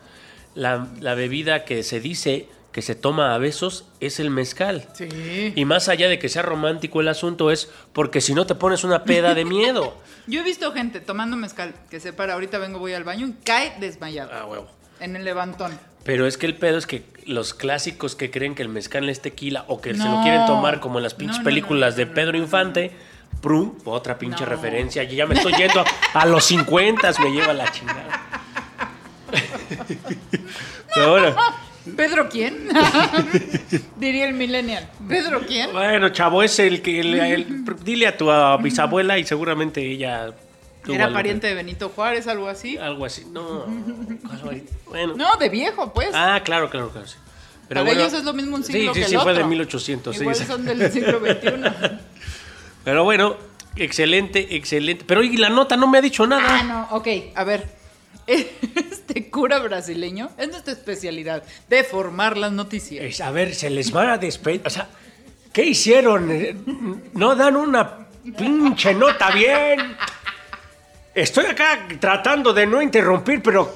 Speaker 2: la, la bebida que se dice que se toma a besos es el mezcal.
Speaker 1: sí.
Speaker 2: Y más allá de que sea romántico el asunto es porque si no te pones una peda de miedo.
Speaker 1: Yo he visto gente tomando mezcal que se para, ahorita vengo, voy al baño y cae desmayado.
Speaker 2: Ah, huevo.
Speaker 1: En el levantón.
Speaker 2: Pero es que el pedo es que los clásicos que creen que el mezcal es tequila o que se lo
Speaker 1: No.
Speaker 2: quieren tomar como en las pinches
Speaker 1: No, no,
Speaker 2: películas
Speaker 1: no,
Speaker 2: de
Speaker 1: no,
Speaker 2: Pedro Infante, prum, otra pinche
Speaker 1: No.
Speaker 2: referencia. Yo ya me estoy yendo a, a los 50, me lleva la chingada. Pero bueno,
Speaker 1: ¿Pedro quién? Diría el millennial. ¿Pedro quién?
Speaker 2: bueno, chavo, es el que... el- el- dile a tu a bisabuela y seguramente ella... tuvo
Speaker 1: Era
Speaker 2: algo que-
Speaker 1: pariente de Benito Juárez, algo así.
Speaker 2: Algo así. No. ¿cuál? Bueno.
Speaker 1: No, de viejo, pues.
Speaker 2: Ah, claro, claro, claro. sí. Pero
Speaker 1: Para
Speaker 2: bueno,
Speaker 1: ellos es lo mismo un
Speaker 2: sí,
Speaker 1: siglo
Speaker 2: sí,
Speaker 1: que el
Speaker 2: sí, fue de
Speaker 1: otro.
Speaker 2: 1800. sí,
Speaker 1: Igual
Speaker 2: sí.
Speaker 1: son del siglo XXI.
Speaker 2: Pero bueno, excelente, excelente. Pero y la nota no me ha dicho nada.
Speaker 1: Ah, no, ok, a ver. Este cura brasileño es nuestra especialidad, deformar las noticias.
Speaker 3: Es, a ver, se les van a despedir. O sea, ¿qué hicieron? Eh, No dan una pinche nota bien. Estoy acá tratando de no interrumpir, pero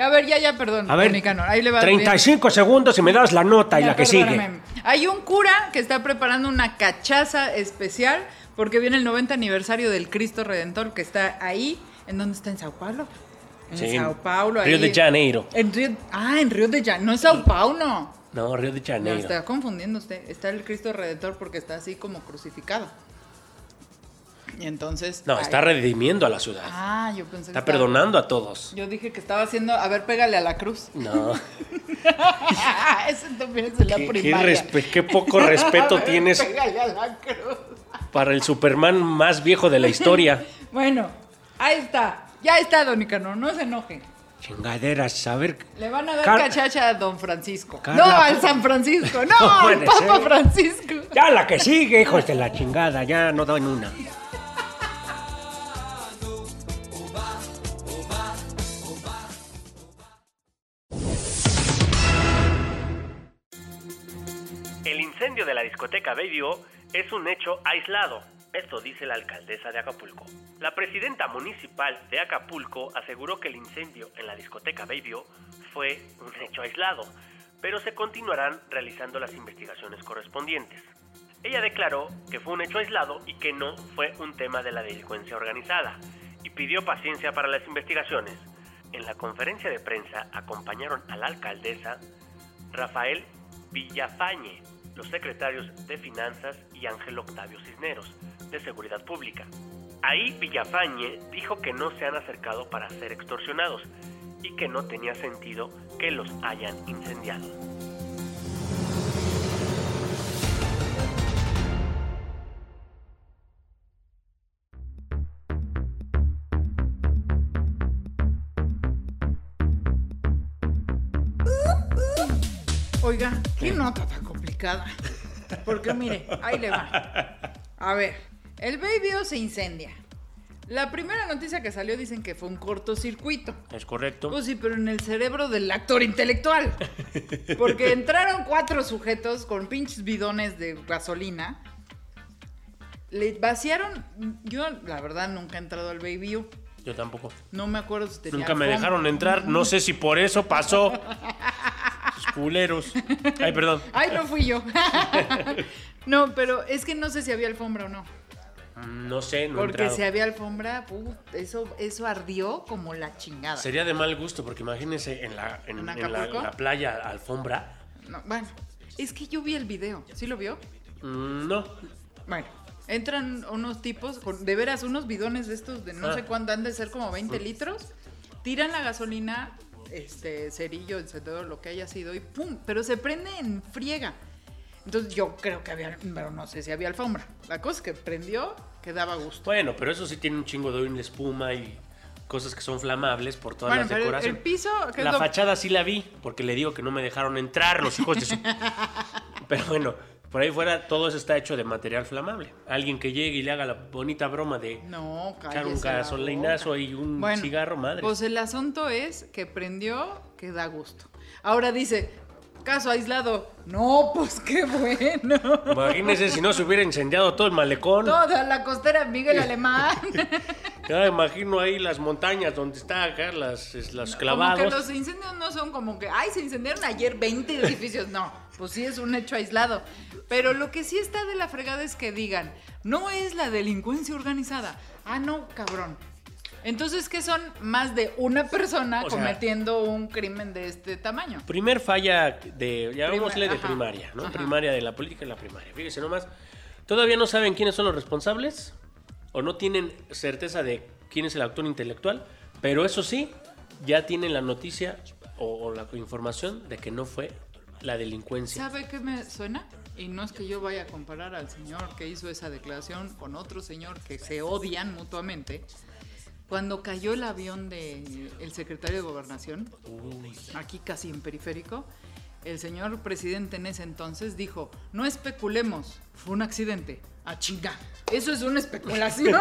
Speaker 1: A ver, ya, ya, perdón.
Speaker 3: a ver,
Speaker 1: Nicanor, ahí le va.
Speaker 3: 35 segundos y me das la nota y
Speaker 1: Ya,
Speaker 3: la que sigue.
Speaker 1: perdóname. Hay un cura que está preparando una cachaza especial porque viene el 90 aniversario del Cristo Redentor que está ahí. ¿En dónde está? ¿En Sao Paulo? En
Speaker 2: Sí,
Speaker 1: Sao Paulo.
Speaker 2: Río
Speaker 1: ahí.
Speaker 2: de Janeiro.
Speaker 1: En Río- ah, en Río de Janeiro. No es Sao Paulo.
Speaker 2: No, Río de
Speaker 1: No,
Speaker 2: Janeiro.
Speaker 1: está confundiendo usted. Está el Cristo Redentor porque está así como crucificado. Y entonces.
Speaker 2: No,
Speaker 1: ay.
Speaker 2: está redimiendo a la ciudad.
Speaker 1: Ah, yo pensé que.
Speaker 2: está
Speaker 1: estaba-
Speaker 2: perdonando a todos.
Speaker 1: Yo dije que estaba haciendo. A ver, pégale a la cruz.
Speaker 2: No.
Speaker 1: Eso también es de la
Speaker 2: qué, qué
Speaker 1: primaria.
Speaker 2: respe- qué poco respeto
Speaker 1: A ver,
Speaker 2: tienes
Speaker 1: Pégale a la cruz.
Speaker 2: para el Superman más viejo de la historia.
Speaker 1: Bueno, ahí está. Ya está, don Nicanor, no se enoje.
Speaker 3: Chingaderas, saber.
Speaker 1: Le van a dar
Speaker 3: Car-
Speaker 1: cachacha a don Francisco.
Speaker 3: Carla-
Speaker 1: No, al San Francisco. No,
Speaker 3: No
Speaker 1: al
Speaker 3: puede
Speaker 1: Papa
Speaker 3: ser.
Speaker 1: Francisco.
Speaker 3: Ya la que sigue, hijos de la chingada, ya no dan una.
Speaker 2: El incendio de la discoteca Baby O es un hecho aislado. Esto dice la alcaldesa de Acapulco. La presidenta municipal de Acapulco aseguró que el incendio en la discoteca Baby O fue un hecho aislado, pero se continuarán realizando las investigaciones correspondientes. Ella declaró que fue un hecho aislado y que no fue un tema de la delincuencia organizada y pidió paciencia para las investigaciones. En la conferencia de prensa acompañaron a la alcaldesa, Rafael Villafañe, los secretarios de Finanzas y Ángel Octavio Cisneros, de Seguridad Pública. Ahí Villafañe dijo que no se han acercado para ser extorsionados y que no tenía sentido que los hayan incendiado.
Speaker 1: Oiga, qué nota tan complicada. Porque mire, ahí le va. A ver, el Baby O se incendia. La primera noticia que salió dicen que fue un cortocircuito.
Speaker 2: Es correcto.
Speaker 1: Pues sí, pero en el cerebro del actor intelectual. Porque entraron cuatro sujetos con pinches bidones de gasolina. Le vaciaron. Yo, la verdad, nunca he entrado al Baby U.
Speaker 2: Yo tampoco.
Speaker 1: No me acuerdo si tenía.
Speaker 2: Nunca me
Speaker 1: alfombra.
Speaker 2: dejaron entrar. No sé si por eso pasó. Sus culeros. Ay, perdón.
Speaker 1: Ay, no fui yo. no, pero es que no sé si había alfombra o no.
Speaker 2: No sé, no he
Speaker 1: Porque
Speaker 2: entrado.
Speaker 1: si había alfombra, put, eso, eso ardió como la chingada.
Speaker 2: Sería de mal gusto, porque imagínense en la, en,
Speaker 1: ¿En
Speaker 2: en la-
Speaker 1: Acapulco?
Speaker 2: la playa alfombra.
Speaker 1: No, bueno, es que yo vi el video. ¿Sí lo vio?
Speaker 2: Mm, No,
Speaker 1: Bueno, entran unos tipos, con, de veras, unos bidones de estos de no
Speaker 2: Ah.
Speaker 1: sé cuánto, han de ser como 20 litros, tiran la gasolina, este, cerillo, encendedor, lo que haya sido, y ¡pum! Pero se prende en friega. Entonces yo creo que había, pero no sé si había alfombra. La cosa es que prendió, que daba gusto.
Speaker 2: Bueno, pero eso sí tiene un chingo de oil de espuma y cosas que son flamables por todas
Speaker 1: Bueno,
Speaker 2: las
Speaker 1: pero el-
Speaker 2: decoraciones.
Speaker 1: el piso, ¿qué es
Speaker 2: La
Speaker 1: lo-
Speaker 2: fachada sí la vi, porque le digo que no me dejaron entrar los hijos de su... pero bueno, por ahí fuera todo eso está hecho de material flamable. Alguien que llegue y le haga la bonita broma de
Speaker 1: No,
Speaker 2: echar un
Speaker 1: cállese la
Speaker 2: gasolinazo
Speaker 1: boca.
Speaker 2: y un
Speaker 1: Bueno,
Speaker 2: cigarro, madre.
Speaker 1: Pues el asunto es que prendió, que da gusto. Ahora dice, caso aislado. No, pues qué bueno.
Speaker 2: Imagínense si no se hubiera incendiado todo el malecón.
Speaker 1: Toda la costera Miguel Alemán.
Speaker 2: Ya imagino ahí las montañas donde está acá las, es- las
Speaker 1: Como que
Speaker 2: clavados.
Speaker 1: los incendios no son como que, ay, se incendiaron ayer 20 edificios. No, pues sí es un hecho aislado. Pero lo que sí está de la fregada es que digan, no es la delincuencia organizada. Ah, no, cabrón. Entonces, ¿qué son más de una persona
Speaker 2: O sea-
Speaker 1: cometiendo un crimen de este tamaño?
Speaker 2: Primer falla de, llamémosle de
Speaker 1: ajá,
Speaker 2: primaria, ¿no?
Speaker 1: ajá.
Speaker 2: Primaria de la política y la primaria. Fíjese nomás, todavía no saben quiénes son los responsables o no tienen certeza de quién es el autor intelectual, pero eso sí, ya tienen la noticia o, o la información de que no fue la delincuencia.
Speaker 1: ¿Sabe qué me suena? Y no es que yo vaya a comparar al señor que hizo esa declaración con otro señor que se odian mutuamente. Cuando cayó el avión del el secretario de Gobernación, aquí casi en periférico, el señor presidente en ese entonces dijo, no especulemos, fue un accidente. ¡A chinga! Eso es una especulación.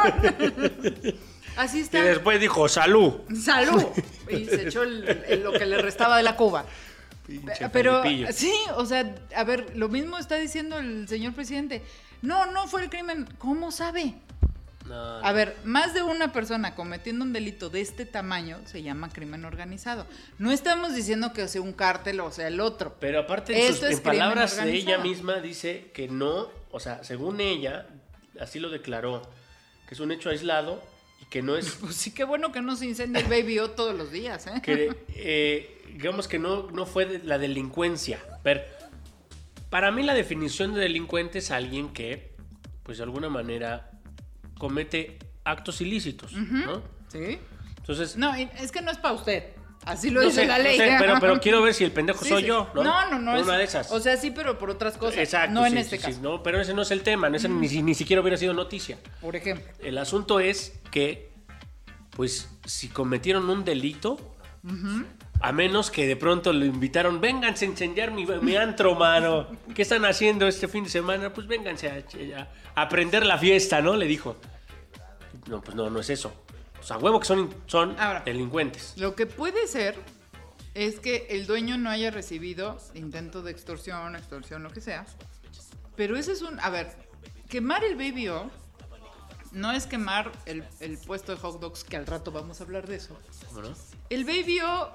Speaker 1: Así está.
Speaker 2: Que después dijo, salud.
Speaker 1: ¡Salud! Y se echó el- el- lo que le restaba de la cuba.
Speaker 2: Pinche
Speaker 1: Pero
Speaker 2: Felipillo.
Speaker 1: sí, o sea, a ver, lo mismo está diciendo el señor presidente. No, no fue el crimen. ¿Cómo sabe?
Speaker 2: No,
Speaker 1: A ver, más de una persona cometiendo un delito de este tamaño se llama crimen organizado. No estamos diciendo que sea un cártel o sea el otro.
Speaker 2: Pero aparte, en, sus-
Speaker 1: Esto es
Speaker 2: en palabras
Speaker 1: crimen
Speaker 2: de ella
Speaker 1: organizado.
Speaker 2: misma, dice que no, o sea, según ella, así lo declaró, que es un hecho aislado y que no es
Speaker 1: Pues sí, qué bueno que no se incendia el baby O todos los días, ¿eh?
Speaker 2: que eh, digamos que no, no fue de la delincuencia. Ver, para mí la definición de delincuente es alguien que, pues de alguna manera, comete actos ilícitos, ¿no?
Speaker 1: ¿Sí?
Speaker 2: Entonces,
Speaker 1: No, y- es que no es para usted. Así lo
Speaker 2: no
Speaker 1: dice
Speaker 2: sé,
Speaker 1: la
Speaker 2: no
Speaker 1: ley.
Speaker 2: sé, pero, pero quiero ver si el pendejo
Speaker 1: Sí,
Speaker 2: soy
Speaker 1: sí.
Speaker 2: yo, ¿no?
Speaker 1: No, no, no.
Speaker 2: Una
Speaker 1: es-
Speaker 2: de esas.
Speaker 1: O sea, sí, pero por otras cosas.
Speaker 2: Exacto,
Speaker 1: No en
Speaker 2: sí,
Speaker 1: este
Speaker 2: sí, sí,
Speaker 1: caso.
Speaker 2: no, pero ese no es el tema, no es el- ni, si- ni siquiera hubiera sido noticia.
Speaker 1: Por ejemplo.
Speaker 2: El asunto es que, pues, si cometieron un delito, a menos que de pronto lo invitaron, vénganse a enseñar mi, mi antro, mano. ¿Qué están haciendo este fin de semana? Pues vénganse a, a- a aprender la fiesta, ¿no? Le dijo. No, pues no, no es eso. O sea, huevo que son, son
Speaker 1: Ahora.
Speaker 2: delincuentes.
Speaker 1: Lo que puede ser es que el dueño no haya recibido intento de extorsión, extorsión, lo que sea. Pero ese es un... A ver, quemar el Baby O no es quemar el, el puesto de hot dogs, que al rato vamos a hablar de eso.
Speaker 2: ¿no?
Speaker 1: El Baby O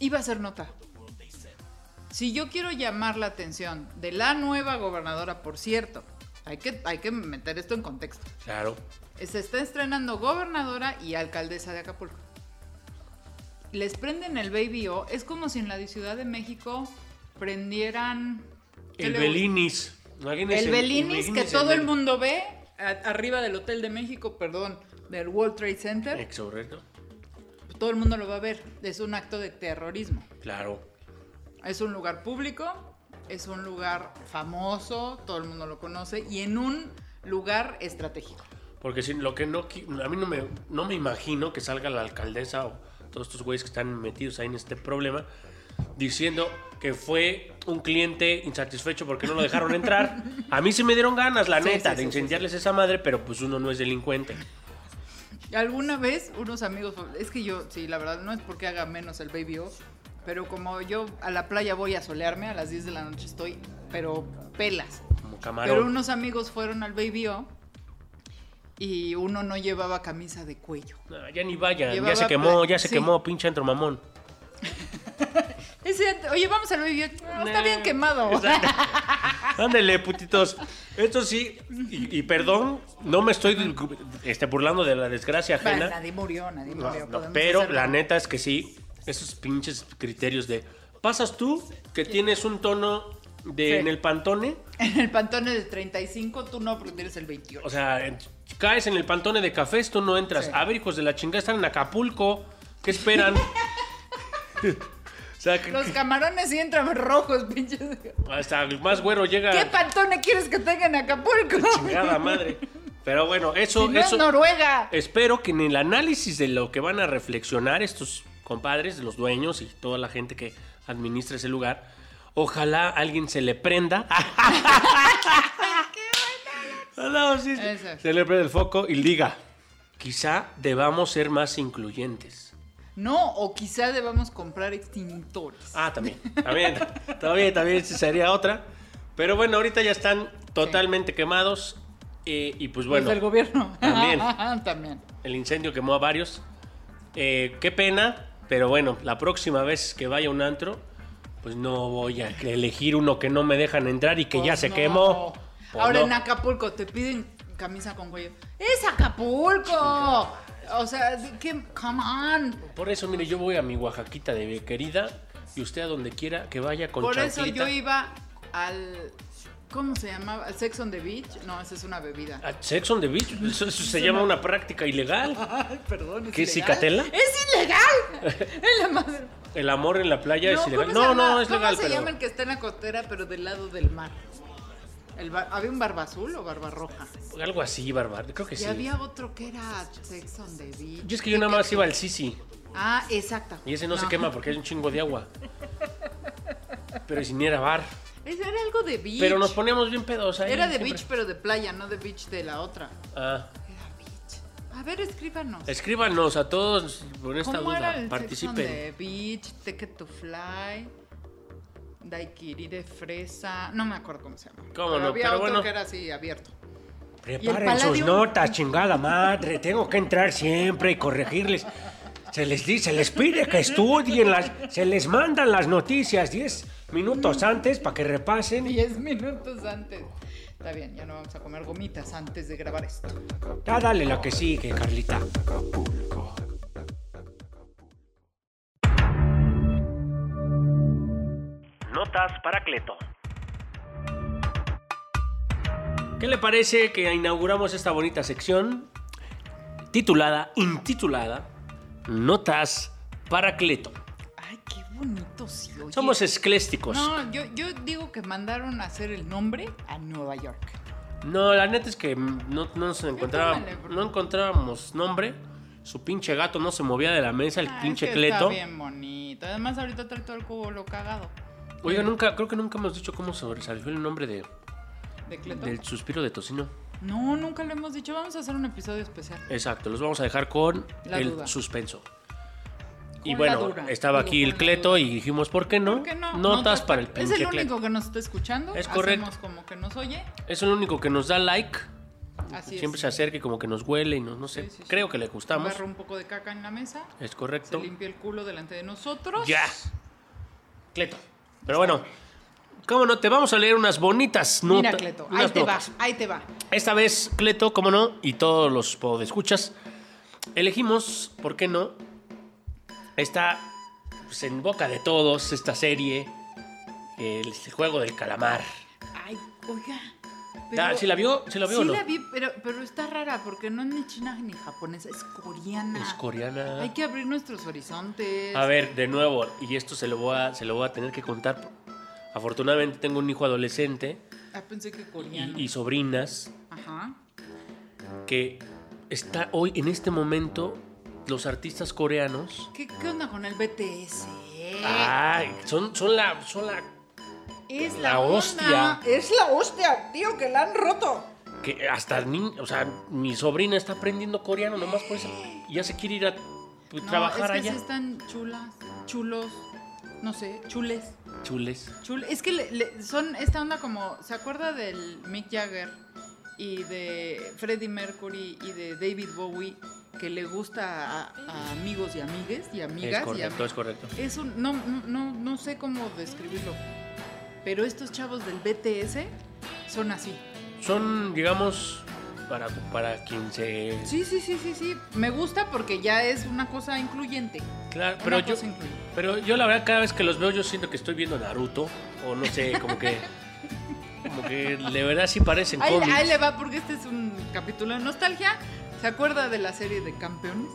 Speaker 1: iba a ser nota. Si yo quiero llamar la atención de la nueva gobernadora, por cierto, hay que, hay que meter esto en contexto.
Speaker 2: Claro.
Speaker 1: Se está estrenando gobernadora y alcaldesa de Acapulco. Les prenden el Baby O. Es como si en la Ciudad de México prendieran... ¿qué
Speaker 2: El
Speaker 1: le-
Speaker 2: Belinis. Imagínense-
Speaker 1: El Belinis que
Speaker 2: imagínense
Speaker 1: todo
Speaker 2: el-
Speaker 1: el mundo ve a- arriba del Hotel de México, perdón, del World Trade Center.
Speaker 2: Exorrecto.
Speaker 1: Todo el mundo lo va a ver. Es un acto de terrorismo.
Speaker 2: Claro.
Speaker 1: Es un lugar público, es un lugar famoso, todo el mundo lo conoce y en un lugar estratégico.
Speaker 2: Porque si lo que no qui- a mí no me no me imagino que salga la alcaldesa o todos estos güeyes que están metidos ahí en este problema diciendo que fue un cliente insatisfecho porque no lo dejaron entrar. A mí sí me dieron ganas, la
Speaker 1: Sí,
Speaker 2: neta,
Speaker 1: sí,
Speaker 2: de
Speaker 1: sí,
Speaker 2: incendiarles esa madre, pero pues uno no es delincuente.
Speaker 1: Alguna vez unos amigos, es que yo, sí, la verdad no es porque haga menos el baby o, pero como yo a la playa voy a solearme, a las 10 de la noche estoy, pero pelas.
Speaker 2: Como
Speaker 1: Pero
Speaker 2: camarón.
Speaker 1: unos amigos fueron al baby o y uno no llevaba camisa de cuello.
Speaker 2: No, ya ni vayan, ya
Speaker 1: Llevaba
Speaker 2: se quemó,
Speaker 1: pla-
Speaker 2: ya se
Speaker 1: sí.
Speaker 2: quemó, pinche antro mamón.
Speaker 1: Ese, Oye, vamos al baby O, "No, está bien quemado.
Speaker 2: Exacto. Ándele, putitos. Esto sí, y, y perdón, no me estoy este, burlando de la desgracia
Speaker 1: Bueno,
Speaker 2: ajena.
Speaker 1: nadie murió, nadie
Speaker 2: No,
Speaker 1: murió.
Speaker 2: no,
Speaker 1: podemos
Speaker 2: pero
Speaker 1: hacerlo.
Speaker 2: la neta es que sí, esos pinches criterios de pasas tú que tienes un tono de
Speaker 1: Sí.
Speaker 2: en el pantone,
Speaker 1: En el pantone de 35, tú no, porque eres el 28.
Speaker 2: o sea, en- caes en el pantone de cafés, tú no entras.
Speaker 1: Sí.
Speaker 2: A ver, hijos de la chingada, están en Acapulco, ¿qué esperan? o sea, que-
Speaker 1: Los camarones sí entran rojos, pinches.
Speaker 2: hasta el más güero llega
Speaker 1: ¿Qué pantone quieres que tenga en Acapulco?
Speaker 2: chingada madre. Pero bueno, eso
Speaker 1: Si no
Speaker 2: eso Eh.
Speaker 1: es Noruega.
Speaker 2: Espero que en el análisis de lo que van a reflexionar estos compadres, los dueños y toda la gente que administra ese lugar, ojalá alguien se le prenda. Ojalá, sí, sí.
Speaker 1: Eso.
Speaker 2: se le prenda el foco y diga, quizá debamos ser más incluyentes.
Speaker 1: No, o quizá debamos comprar extintores.
Speaker 2: Ah, también, también, también, también esa sería otra. Pero bueno, ahorita ya están totalmente quemados eh, y pues bueno.
Speaker 1: Los del gobierno.
Speaker 2: también.
Speaker 1: También.
Speaker 2: El incendio quemó a varios. Eh, qué pena, pero bueno, la próxima vez que vaya a un antro, pues no voy a elegir uno que no me dejan entrar y que ya
Speaker 1: Pues
Speaker 2: se
Speaker 1: no.
Speaker 2: quemó. Pues
Speaker 1: Ahora
Speaker 2: no.
Speaker 1: en Acapulco te piden camisa con cuello. ¡Es Acapulco! O sea, de que- come on.
Speaker 2: Por eso, mire, yo voy a mi Oaxaquita de querida y usted a donde quiera que vaya con
Speaker 1: Por eso
Speaker 2: chanclita.
Speaker 1: yo iba al. ¿Cómo se llamaba? ¿Sex on the Beach? No, esa es una bebida.
Speaker 2: A Sex on the Beach, pues, eso, eso se llama una práctica ilegal.
Speaker 1: Ay, perdón.
Speaker 2: ¿Qué,
Speaker 1: ilegal?
Speaker 2: cicatela?
Speaker 1: ¡Es ilegal! ¡Es la madre!
Speaker 2: El amor en la playa es
Speaker 1: ¿cómo
Speaker 2: ilegal.
Speaker 1: se
Speaker 2: No,
Speaker 1: llama-
Speaker 2: no, es legal,
Speaker 1: ¿Cómo se
Speaker 2: pero.
Speaker 1: llama el que está en la costera, pero del lado del mar? El bar- ¿Había un barba azul o barba roja?
Speaker 2: Algo así, barbar. Creo que
Speaker 1: Y
Speaker 2: sí.
Speaker 1: había otro que era Sex on the Beach.
Speaker 2: Yo es que yo nada más iba al Sisi.
Speaker 1: Ah, exacto.
Speaker 2: Y ese no, se quema porque hay un chingo de agua. Pero si ni era bar.
Speaker 1: Ese era algo de beach.
Speaker 2: Pero nos poníamos bien pedos ahí.
Speaker 1: Era de
Speaker 2: siempre.
Speaker 1: beach, pero de playa, no de beach de la otra.
Speaker 2: Ah,
Speaker 1: Era beach. A ver, escríbanos.
Speaker 2: escríbanos a todos con esta
Speaker 1: ¿Cómo era
Speaker 2: duda.
Speaker 1: el Sex on
Speaker 2: Participen.
Speaker 1: the Beach, Ticket to Fly, Daiquiri de fresa? No me acuerdo cómo se llama.
Speaker 2: ¿Cómo
Speaker 1: pero
Speaker 2: no?
Speaker 1: Había
Speaker 2: Pero
Speaker 1: otro
Speaker 2: bueno.
Speaker 1: que era así, abierto.
Speaker 3: Preparen
Speaker 1: Palladium?
Speaker 3: sus notas, chingada madre. Tengo que entrar siempre y corregirles. Se les dice, se les pide que estudien las, se les mandan las noticias 10 minutos
Speaker 1: Mm.
Speaker 3: antes para que repasen.
Speaker 1: 10 minutos antes. Está bien, ya no vamos a comer gomitas antes de grabar esto.
Speaker 2: Ah,
Speaker 3: Ya dale la que sigue, Carlita.
Speaker 7: Notas para Cleto.
Speaker 2: ¿Qué le parece que inauguramos esta bonita sección titulada, intitulada, Notas para Cleto?
Speaker 1: Ay, qué bonito sí. oye.
Speaker 2: Somos esclésticos. No.
Speaker 1: No, yo, yo digo que mandaron a hacer el nombre a Nueva York.
Speaker 2: la neta es que no, no nos encontraba-
Speaker 1: también le pregunto.
Speaker 2: no encontrábamos nombre. Su pinche gato no se movía de la mesa, el
Speaker 1: Ah,
Speaker 2: pinche
Speaker 1: es que
Speaker 2: Cleto.
Speaker 1: Está bien bonito. Además, ahorita trae todo el cubo lo cagado.
Speaker 2: Oiga, nunca, creo que nunca hemos dicho cómo sobresalió el nombre de,
Speaker 1: ¿De Cleto?
Speaker 2: del suspiro de tocino.
Speaker 1: No, nunca lo hemos dicho. Vamos a hacer un episodio especial.
Speaker 2: Exacto, los vamos a dejar con
Speaker 1: La
Speaker 2: el
Speaker 1: duda.
Speaker 2: suspenso. Y
Speaker 1: la
Speaker 2: bueno,
Speaker 1: duda,
Speaker 2: estaba
Speaker 1: digo,
Speaker 2: aquí
Speaker 1: con
Speaker 2: el
Speaker 1: la
Speaker 2: Cleto
Speaker 1: duda.
Speaker 2: y dijimos, ¿por qué no?
Speaker 1: ¿Por qué no? pues,
Speaker 2: Notas para el
Speaker 1: Es
Speaker 2: pinche
Speaker 1: el
Speaker 2: Cleto.
Speaker 1: único que nos está escuchando.
Speaker 2: Es correcto.
Speaker 1: Hacemos como que nos oye.
Speaker 2: Es el único que nos da like.
Speaker 1: Así
Speaker 2: Siempre
Speaker 1: es.
Speaker 2: se acerca y como que nos huele y no, no sé.
Speaker 1: Sí, sí, sí.
Speaker 2: Creo que le gustamos.
Speaker 1: Agarra un poco de caca en la mesa.
Speaker 2: Es
Speaker 1: Se
Speaker 2: correcto.
Speaker 1: limpia el culo delante de nosotros.
Speaker 2: Ya. Cleto. Pero bueno, ¿cómo no? Te vamos a leer unas bonitas notas.
Speaker 1: Mira, Cleto, ahí te va, ahí te va.
Speaker 2: Esta vez, Cleto, cómo no, y todos los podescuchas, elegimos, ¿por qué no? Está pues, en boca de todos esta serie, el juego del calamar.
Speaker 1: Ay, oiga.
Speaker 2: Ah, ¿sí la vio? ¿Sí la vio o
Speaker 1: Sí
Speaker 2: no?
Speaker 1: la vi, pero, pero está rara porque no es ni china ni japonesa, es coreana.
Speaker 2: Es coreana.
Speaker 1: Hay que abrir nuestros horizontes.
Speaker 2: A ver, de nuevo, y esto se lo voy a, se lo voy a tener que contar. Afortunadamente tengo un hijo adolescente
Speaker 1: Ah, pensé que
Speaker 2: y,
Speaker 1: coreano.
Speaker 2: y sobrinas
Speaker 1: Ajá.
Speaker 2: que está hoy, en este momento, los artistas coreanos.
Speaker 1: ¿Qué, qué onda con el BTS?
Speaker 2: Ay, son, son la. Son la
Speaker 1: es la,
Speaker 2: Ah, la
Speaker 1: onda.
Speaker 2: hostia.
Speaker 1: Es la hostia, tío, que la han roto.
Speaker 2: que hasta ni- o sea, mi sobrina está aprendiendo coreano nomás por eso. Y ya se quiere ir a pues,
Speaker 1: No,
Speaker 2: trabajar
Speaker 1: es que
Speaker 2: allá.
Speaker 1: sí están chulas, chulos, no sé, chules.
Speaker 2: Chules.
Speaker 1: Chul- Es que le- le- son esta onda como. ¿Se acuerda del Mick Jagger y de Freddie Mercury y de David Bowie que le gusta a, a amigos y amigues y amigas?
Speaker 2: Es
Speaker 1: y
Speaker 2: correcto,
Speaker 1: ami-
Speaker 2: es correcto.
Speaker 1: Es un- no, no, no- no sé cómo describirlo. Pero estos chavos del BTS son así.
Speaker 2: Son, digamos, para, para quien se.
Speaker 1: Sí, sí, sí, sí, sí. Me gusta porque ya es una cosa incluyente.
Speaker 2: Claro,
Speaker 1: Una
Speaker 2: pero yo,
Speaker 1: cosa incluyente.
Speaker 2: pero yo la verdad cada vez que los veo yo siento que estoy viendo Naruto o no sé, como que como que de verdad sí parecen
Speaker 1: Ahí,
Speaker 2: cómics.
Speaker 1: ahí le va porque este es un capítulo de nostalgia. ¿Se acuerda de la serie de campeones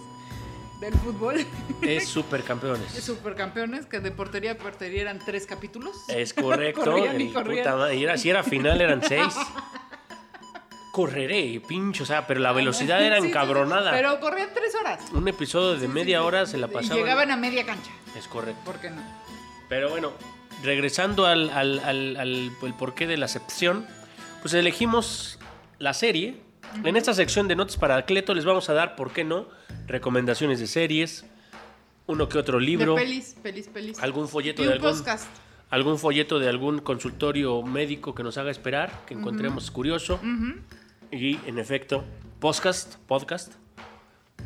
Speaker 1: del fútbol?
Speaker 2: Es supercampeones.
Speaker 1: De supercampeones, que de portería a portería eran tres capítulos.
Speaker 2: Es correcto.
Speaker 1: Corrían y
Speaker 2: el
Speaker 1: corrían.
Speaker 2: puta madre, era- si era final eran seis. Correré, pincho, o sea, pero la velocidad era
Speaker 1: Sí, sí, sí,
Speaker 2: encabronada.
Speaker 1: pero corrían tres horas.
Speaker 2: Un episodio de media hora se la
Speaker 1: Y
Speaker 2: pasaba.
Speaker 1: llegaban a media cancha.
Speaker 2: Es correcto.
Speaker 1: ¿Por qué no?
Speaker 2: Pero bueno, regresando al, al, al- al- el porqué de la acepción, pues elegimos la serie. En esta sección de notas para Cleto les vamos a dar, ¿por qué no? Recomendaciones de series, uno que otro libro,
Speaker 1: De pelis, pelis, pelis.
Speaker 2: algún folleto
Speaker 1: Y
Speaker 2: de
Speaker 1: un
Speaker 2: algún,
Speaker 1: podcast.
Speaker 2: algún folleto de algún consultorio médico que nos haga esperar, que encontremos curioso. Y en efecto, podcast, podcast,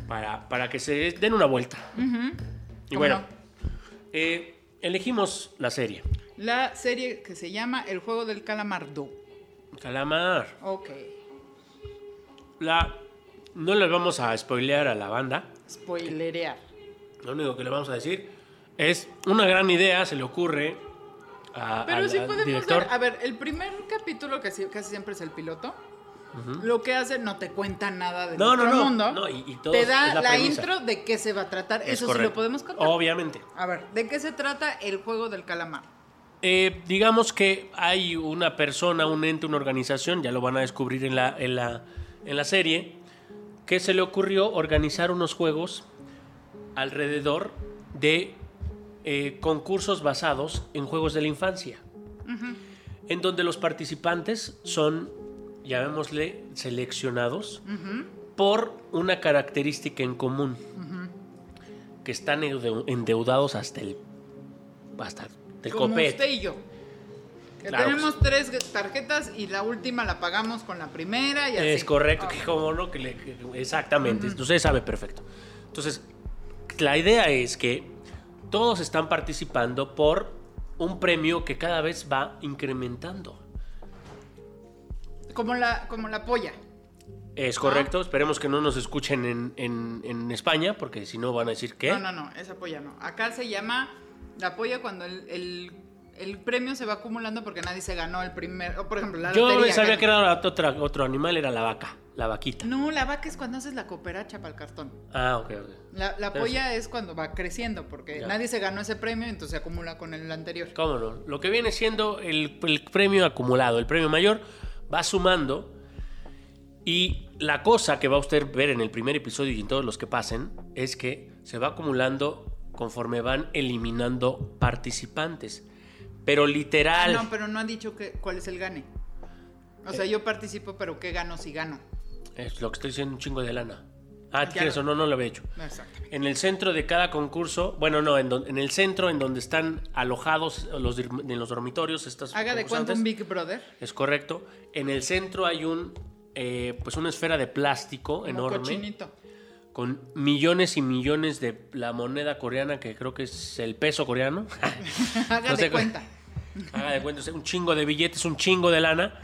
Speaker 2: para, para que se den una vuelta. Y
Speaker 1: ¿Cómo
Speaker 2: bueno,
Speaker 1: no?
Speaker 2: eh, elegimos la serie.
Speaker 1: La serie que se llama El juego del calamardo.
Speaker 2: Calamar.
Speaker 1: Ok.
Speaker 2: La, no les vamos a spoilear a la banda.
Speaker 1: Spoilerear.
Speaker 2: Lo único que le vamos a decir es una gran idea, se le ocurre a,
Speaker 1: Pero
Speaker 2: al-
Speaker 1: sí
Speaker 2: al
Speaker 1: podemos
Speaker 2: director.
Speaker 1: ver. A ver, el primer capítulo, que sí- casi siempre es el piloto, lo que hace no te cuenta nada del
Speaker 2: No,
Speaker 1: otro
Speaker 2: no, no.
Speaker 1: mundo.
Speaker 2: No, y- y todo
Speaker 1: te
Speaker 2: es-
Speaker 1: da
Speaker 2: es
Speaker 1: la,
Speaker 2: la premisa.
Speaker 1: intro de qué se va a tratar.
Speaker 2: Es
Speaker 1: Eso sí
Speaker 2: correcto.
Speaker 1: lo podemos contar.
Speaker 2: Obviamente.
Speaker 1: A ver, ¿de qué se trata el juego del calamar?
Speaker 2: Eh, digamos que hay una persona, un ente, una organización, ya lo van a descubrir en la, en la, en la serie, que se le ocurrió organizar unos juegos alrededor de eh, concursos basados en juegos de la infancia, en donde los participantes son, llamémosle, seleccionados por una característica en común, que están endeu- endeudados hasta el, hasta el
Speaker 1: Como
Speaker 2: copete.
Speaker 1: usted y yo. Que
Speaker 2: Claro.
Speaker 1: tenemos tres tarjetas y la última la pagamos con la primera y así.
Speaker 2: Es correcto,
Speaker 1: Ah,
Speaker 2: que como no, que le- que- exactamente, usted sabe perfecto. Entonces, la idea es que todos están participando por un premio que cada vez va incrementando.
Speaker 1: Como la, como la polla. Ah.
Speaker 2: Es correcto, esperemos que no nos escuchen en, en- en España, ¿Eh? porque si no van a decir que...
Speaker 1: No, no, no, esa polla no. Acá se llama la polla cuando el, el- el premio se va acumulando porque nadie se ganó el primer. o, por ejemplo, la
Speaker 2: Yo
Speaker 1: lotería,
Speaker 2: sabía
Speaker 1: que-
Speaker 2: que era otra- otro animal, era la vaca, la vaquita.
Speaker 1: No, la vaca es cuando haces la cooperacha para el cartón.
Speaker 2: Ah, ok, ok.
Speaker 1: La, la
Speaker 2: Pero
Speaker 1: polla es cuando va creciendo porque
Speaker 2: Ya.
Speaker 1: nadie se ganó ese premio, entonces se acumula con el anterior.
Speaker 2: ¿Cómo no? Lo que viene siendo el, el premio acumulado, el premio mayor, va sumando. Y la cosa que va a usted ver en el primer episodio y en todos los que pasen es que se va acumulando conforme van eliminando participantes. Pero
Speaker 1: Ah,
Speaker 2: literal.
Speaker 1: No, pero no han dicho que, cuál es el gane. O
Speaker 2: Eh.
Speaker 1: sea, yo participo, pero ¿qué gano si gano?
Speaker 2: Es lo que estoy diciendo, un chingo de lana. Ah,
Speaker 1: Ya.
Speaker 2: ¿quieres o no? No lo había hecho.
Speaker 1: Exacto.
Speaker 2: En el centro de cada concurso, bueno, no, en, don- en el centro en donde están alojados los, dir- en los dormitorios estas
Speaker 1: Haga de cuenta
Speaker 2: concursantes.
Speaker 1: un Big Brother.
Speaker 2: Es correcto. En el centro hay un, eh, pues una esfera de plástico
Speaker 1: Como
Speaker 2: enorme
Speaker 1: cochinito.
Speaker 2: con millones y millones de la moneda coreana que creo que es el peso coreano.
Speaker 1: Haga
Speaker 2: No sé
Speaker 1: de
Speaker 2: cu-
Speaker 1: cuenta.
Speaker 2: Haga de cuenta, o sea, un chingo de billetes, un chingo de lana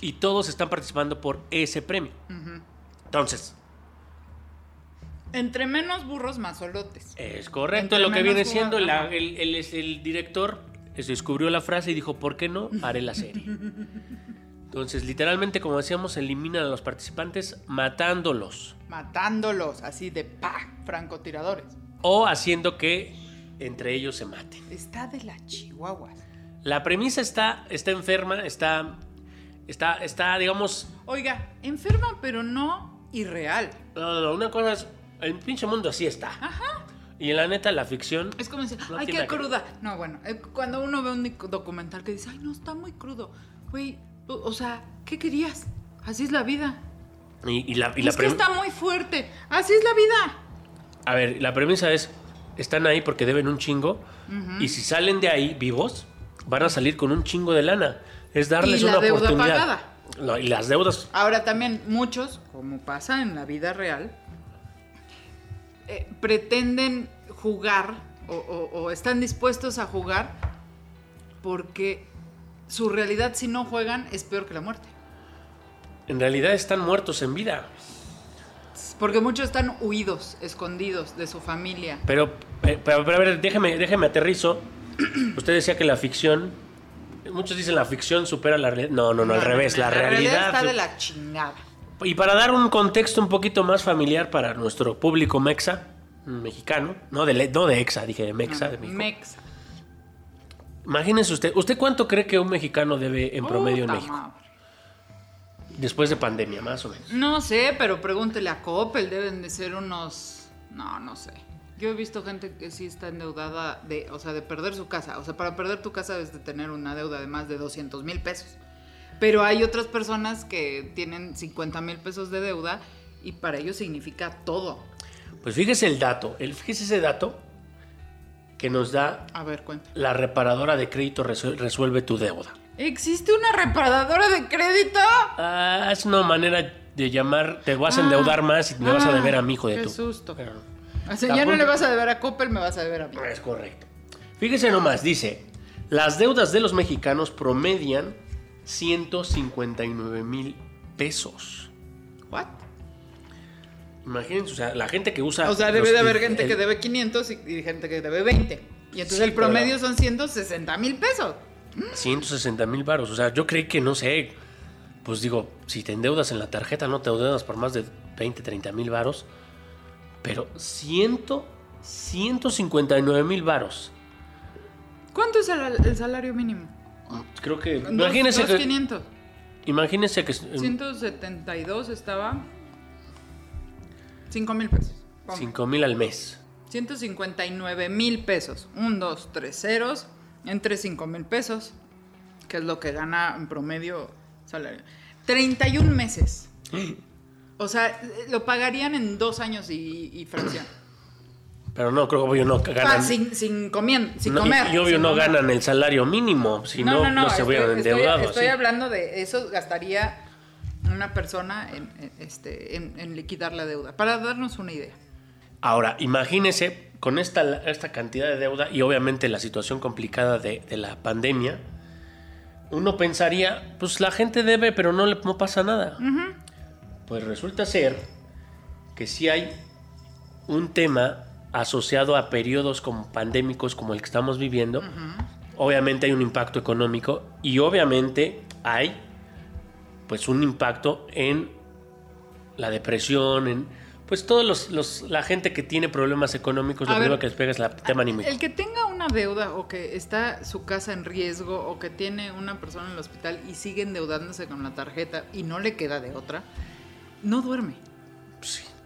Speaker 2: y todos están participando por ese premio. Entonces,
Speaker 1: Entre menos burros, más olotes.
Speaker 2: es correcto
Speaker 1: Entre
Speaker 2: lo que
Speaker 1: menos
Speaker 2: viene siendo
Speaker 1: jugadores, ajá.
Speaker 2: la- el, el- es el director se descubrió la frase y dijo, "¿Por qué no haré la serie?" Entonces, literalmente como decíamos, eliminan a los participantes matándolos.
Speaker 1: Matándolos así de pa, francotiradores.
Speaker 2: o haciendo que entre ellos se maten.
Speaker 1: Está de las chihuahuas.
Speaker 2: La premisa está, está enferma, está, está, está, digamos,
Speaker 1: Oiga, enferma, pero no irreal.
Speaker 2: no, no, no, una cosa es, el pinche mundo así está. Y la neta, la ficción,
Speaker 1: Es como decir,
Speaker 2: No
Speaker 1: ay, qué
Speaker 2: tiene nada que
Speaker 1: cruda. No, bueno, eh, cuando uno ve un nic- documental que dice, ay, no, está muy crudo. Güey, o o sea, ¿qué querías? Así es la vida.
Speaker 2: y, y la, y la
Speaker 1: es que
Speaker 2: prem-
Speaker 1: está muy fuerte. Así es la vida.
Speaker 2: a ver, la premisa es, están ahí porque deben un chingo, y si salen de ahí vivos, van a salir con un chingo de lana. Es darles
Speaker 1: Y la
Speaker 2: una
Speaker 1: deuda
Speaker 2: oportunidad.
Speaker 1: pagada.
Speaker 2: No, y las deudas,
Speaker 1: Ahora también muchos, como pasa en la vida real, eh, pretenden jugar o, o- o están dispuestos a jugar porque su realidad si no juegan es peor que la muerte.
Speaker 2: en realidad están muertos en vida.
Speaker 1: Porque muchos están huidos, escondidos de su familia.
Speaker 2: Pero, eh, pero, pero, a ver, déjeme, déjeme aterrizo. Usted decía que la ficción. Muchos dicen la ficción supera la realidad. No, no, no, al revés. La, realidad.
Speaker 1: está de la chingada.
Speaker 2: Y para dar un contexto un poquito más familiar para nuestro público mexa, mm, mexicano, no de, le- no de exa, dije de mexa, de México.
Speaker 1: Mexa.
Speaker 2: Imagínese usted, ¿usted cuánto cree que un mexicano debe en promedio en
Speaker 1: Puta
Speaker 2: México?
Speaker 1: madre.
Speaker 2: Después de pandemia, más o menos.
Speaker 1: No sé, pero pregúntele a Coppel, deben de ser unos... No, no sé. Yo he visto gente que sí está endeudada de, o sea, de perder su casa. O sea, para perder tu casa debes de tener una deuda de más de 200 mil pesos. Pero hay otras personas que tienen 50 mil pesos de deuda y para ellos significa todo.
Speaker 2: Pues fíjese el dato, el, fíjese ese dato que nos da
Speaker 1: A ver, cuenta.
Speaker 2: la reparadora de crédito Resue- resuelve tu deuda.
Speaker 1: ¿Existe una reparadora de crédito?
Speaker 2: Ah, es una manera de llamar, te vas a
Speaker 1: Ah,
Speaker 2: endeudar más y me vas a
Speaker 1: ah,
Speaker 2: deber a mi hijo de
Speaker 1: qué
Speaker 2: tu.
Speaker 1: susto.
Speaker 2: Pero-
Speaker 1: O sea,
Speaker 2: La
Speaker 1: ya no
Speaker 2: punta-
Speaker 1: le vas a deber a Coppel, me vas a deber a mí.
Speaker 2: Es correcto. Fíjese nomás, dice, las deudas de los mexicanos promedian 159 mil pesos.
Speaker 1: ¿What?
Speaker 2: Imagínense, o sea, la gente que usa...
Speaker 1: O sea, debe
Speaker 2: los-
Speaker 1: de haber gente
Speaker 2: el-
Speaker 1: que debe 500 y, y gente que debe 20. Y entonces
Speaker 2: Sí,
Speaker 1: el promedio
Speaker 2: pero-
Speaker 1: son 160 mil pesos.
Speaker 2: 160 mil varos. O sea, yo creí que, no sé, pues digo, si te endeudas en la tarjeta, no te endeudas por más de 20, 30 mil varos. Pero 100, 159 mil varos.
Speaker 1: ¿Cuánto es el, el salario mínimo?
Speaker 2: Creo que.
Speaker 1: Dos-
Speaker 2: Imagínense
Speaker 1: dos
Speaker 2: que. Mm.
Speaker 1: 500.
Speaker 2: Imagínense que.
Speaker 1: 172 estaba 5 mil pesos.
Speaker 2: 5 mil al mes.
Speaker 1: 159 mil pesos. Un, dos, tres ceros entre 5 mil pesos, que es lo que gana en promedio salario. 31 meses. O sea, lo pagarían en dos años y, y fracción.
Speaker 2: Pero no, creo que obvio no ganan.
Speaker 1: Ah, sin, sin, comien- sin
Speaker 2: no, y-
Speaker 1: comer.
Speaker 2: Y, obvio
Speaker 1: sin
Speaker 2: no
Speaker 1: comer.
Speaker 2: ganan el salario mínimo. Si no, no, se
Speaker 1: estoy-
Speaker 2: hubieran
Speaker 1: estoy-
Speaker 2: endeudado.
Speaker 1: Estoy,
Speaker 2: sí.
Speaker 1: hablando de eso, gastaría una persona en, en- este, en- en liquidar la deuda, para darnos una idea.
Speaker 2: Ahora, imagínese con esta, esta cantidad de deuda y obviamente la situación complicada de, de la pandemia, uno pensaría, pues la gente debe, pero no, le, no pasa nada. Pues resulta ser que sí hay un tema asociado a periodos como pandémicos como el que estamos viviendo, obviamente hay un impacto económico y obviamente hay pues un impacto en la depresión, en pues todos los, los- la gente que tiene problemas económicos, lo
Speaker 1: A
Speaker 2: primero
Speaker 1: ver,
Speaker 2: que les pega es la tema anímico.
Speaker 1: El que tenga una deuda o que está su casa en riesgo o que tiene una persona en el hospital y sigue endeudándose con la tarjeta y no le queda de otra, no duerme.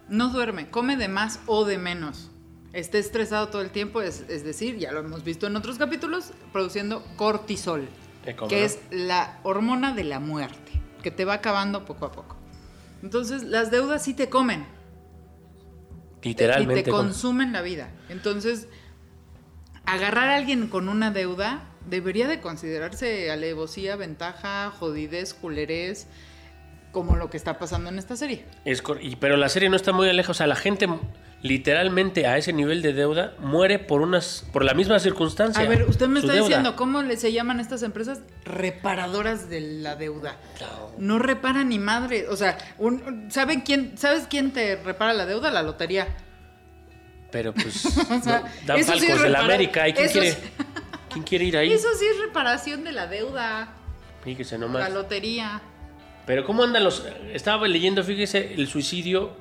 Speaker 1: No duerme, come de más o de menos. Está estresado todo el tiempo, es, es decir, ya lo hemos visto en otros capítulos, produciendo cortisol,
Speaker 2: Eh, cómo
Speaker 1: que
Speaker 2: no.
Speaker 1: es la hormona de la muerte, que te va acabando poco a poco. Entonces, las deudas sí te comen,
Speaker 2: Literalmente.
Speaker 1: y te
Speaker 2: con-
Speaker 1: consumen la vida. Entonces, agarrar a alguien con una deuda debería de considerarse alevosía, ventaja, jodidez, culerés, como lo que está pasando en esta serie.
Speaker 2: es cor- y- pero la serie no está muy lejos. O sea, la gente literalmente a ese nivel de deuda muere por unas por la misma circunstancia.
Speaker 1: A ver, usted me
Speaker 2: Su
Speaker 1: está
Speaker 2: deuda.
Speaker 1: diciendo cómo le- se llaman estas empresas reparadoras de la deuda. No repara ni madre, o sea, un- ¿saben quién, ¿sabes quién te repara la deuda? La lotería.
Speaker 2: Pero pues
Speaker 1: O sea,
Speaker 2: no, dan
Speaker 1: eso sí
Speaker 2: palcos
Speaker 1: es
Speaker 2: de la
Speaker 1: reparar-
Speaker 2: América. ¿Y quién,
Speaker 1: eso
Speaker 2: quiere,
Speaker 1: sí-
Speaker 2: quién quiere ir ahí?
Speaker 1: Eso sí es reparación de la deuda,
Speaker 2: Fíjese
Speaker 1: la
Speaker 2: nomás.
Speaker 1: lotería.
Speaker 2: Pero cómo andan los... Estaba leyendo, fíjese, el suicidio,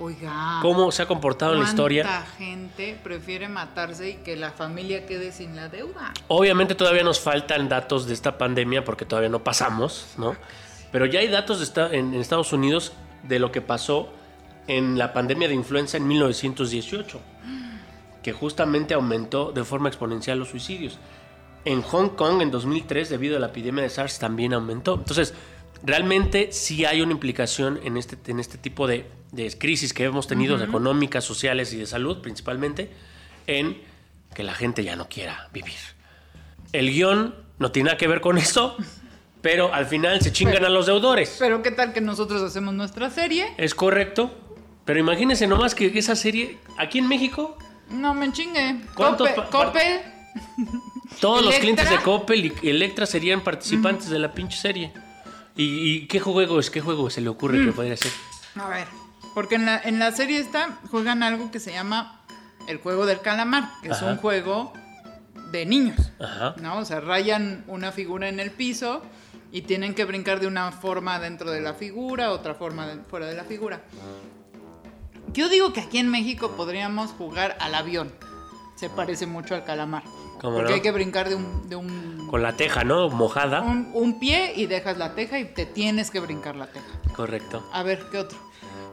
Speaker 1: Oiga.
Speaker 2: cómo se ha comportado en la
Speaker 1: ¿Cuánta
Speaker 2: historia.
Speaker 1: gente prefiere matarse y que la familia quede sin la deuda?
Speaker 2: Obviamente todavía nos faltan datos de esta pandemia porque todavía no pasamos, ¿no? Pero ya hay datos de esta- en, en Estados Unidos de lo que pasó en la pandemia de influenza en 1918, que justamente aumentó de forma exponencial los suicidios. En Hong Kong en 2003, debido a la epidemia de SARS, también aumentó. Entonces, realmente sí hay una implicación en este, en este tipo de, de crisis que hemos tenido, económicas, sociales y de salud principalmente, en que la gente ya no quiera vivir. El guión no tiene nada que ver con eso, pero al final se chingan
Speaker 1: Pero-
Speaker 2: a los deudores.
Speaker 1: Pero qué tal que nosotros hacemos nuestra serie.
Speaker 2: es correcto, pero imagínense nomás que esa serie, aquí en México,
Speaker 1: No me chingue.
Speaker 2: ¿Cuántos
Speaker 1: Cope-
Speaker 2: pa-
Speaker 1: Coppel.
Speaker 2: Todos los
Speaker 1: ¿Electra?
Speaker 2: clientes de Coppel y Electra serían participantes de la pinche serie. ¿Y, y qué juego es? ¿Qué juego se le ocurre
Speaker 1: Mm.
Speaker 2: que podría ser?
Speaker 1: A ver. Porque en la, en la serie esta juegan algo que se llama el juego del calamar, que es
Speaker 2: Ajá.
Speaker 1: un juego de niños.
Speaker 2: Ajá.
Speaker 1: ¿No? O sea, rayan una figura en el piso y tienen que brincar de una forma dentro de la figura, otra forma de- fuera de la figura. Yo digo que aquí en México podríamos jugar al avión. Se parece mucho al calamar.
Speaker 2: ¿Cómo
Speaker 1: porque
Speaker 2: no?
Speaker 1: hay que brincar de un, de un,
Speaker 2: Con la teja, ¿no? Mojada.
Speaker 1: un- un pie y dejas la teja y te tienes que brincar la teja.
Speaker 2: Correcto.
Speaker 1: A ver, ¿qué otro?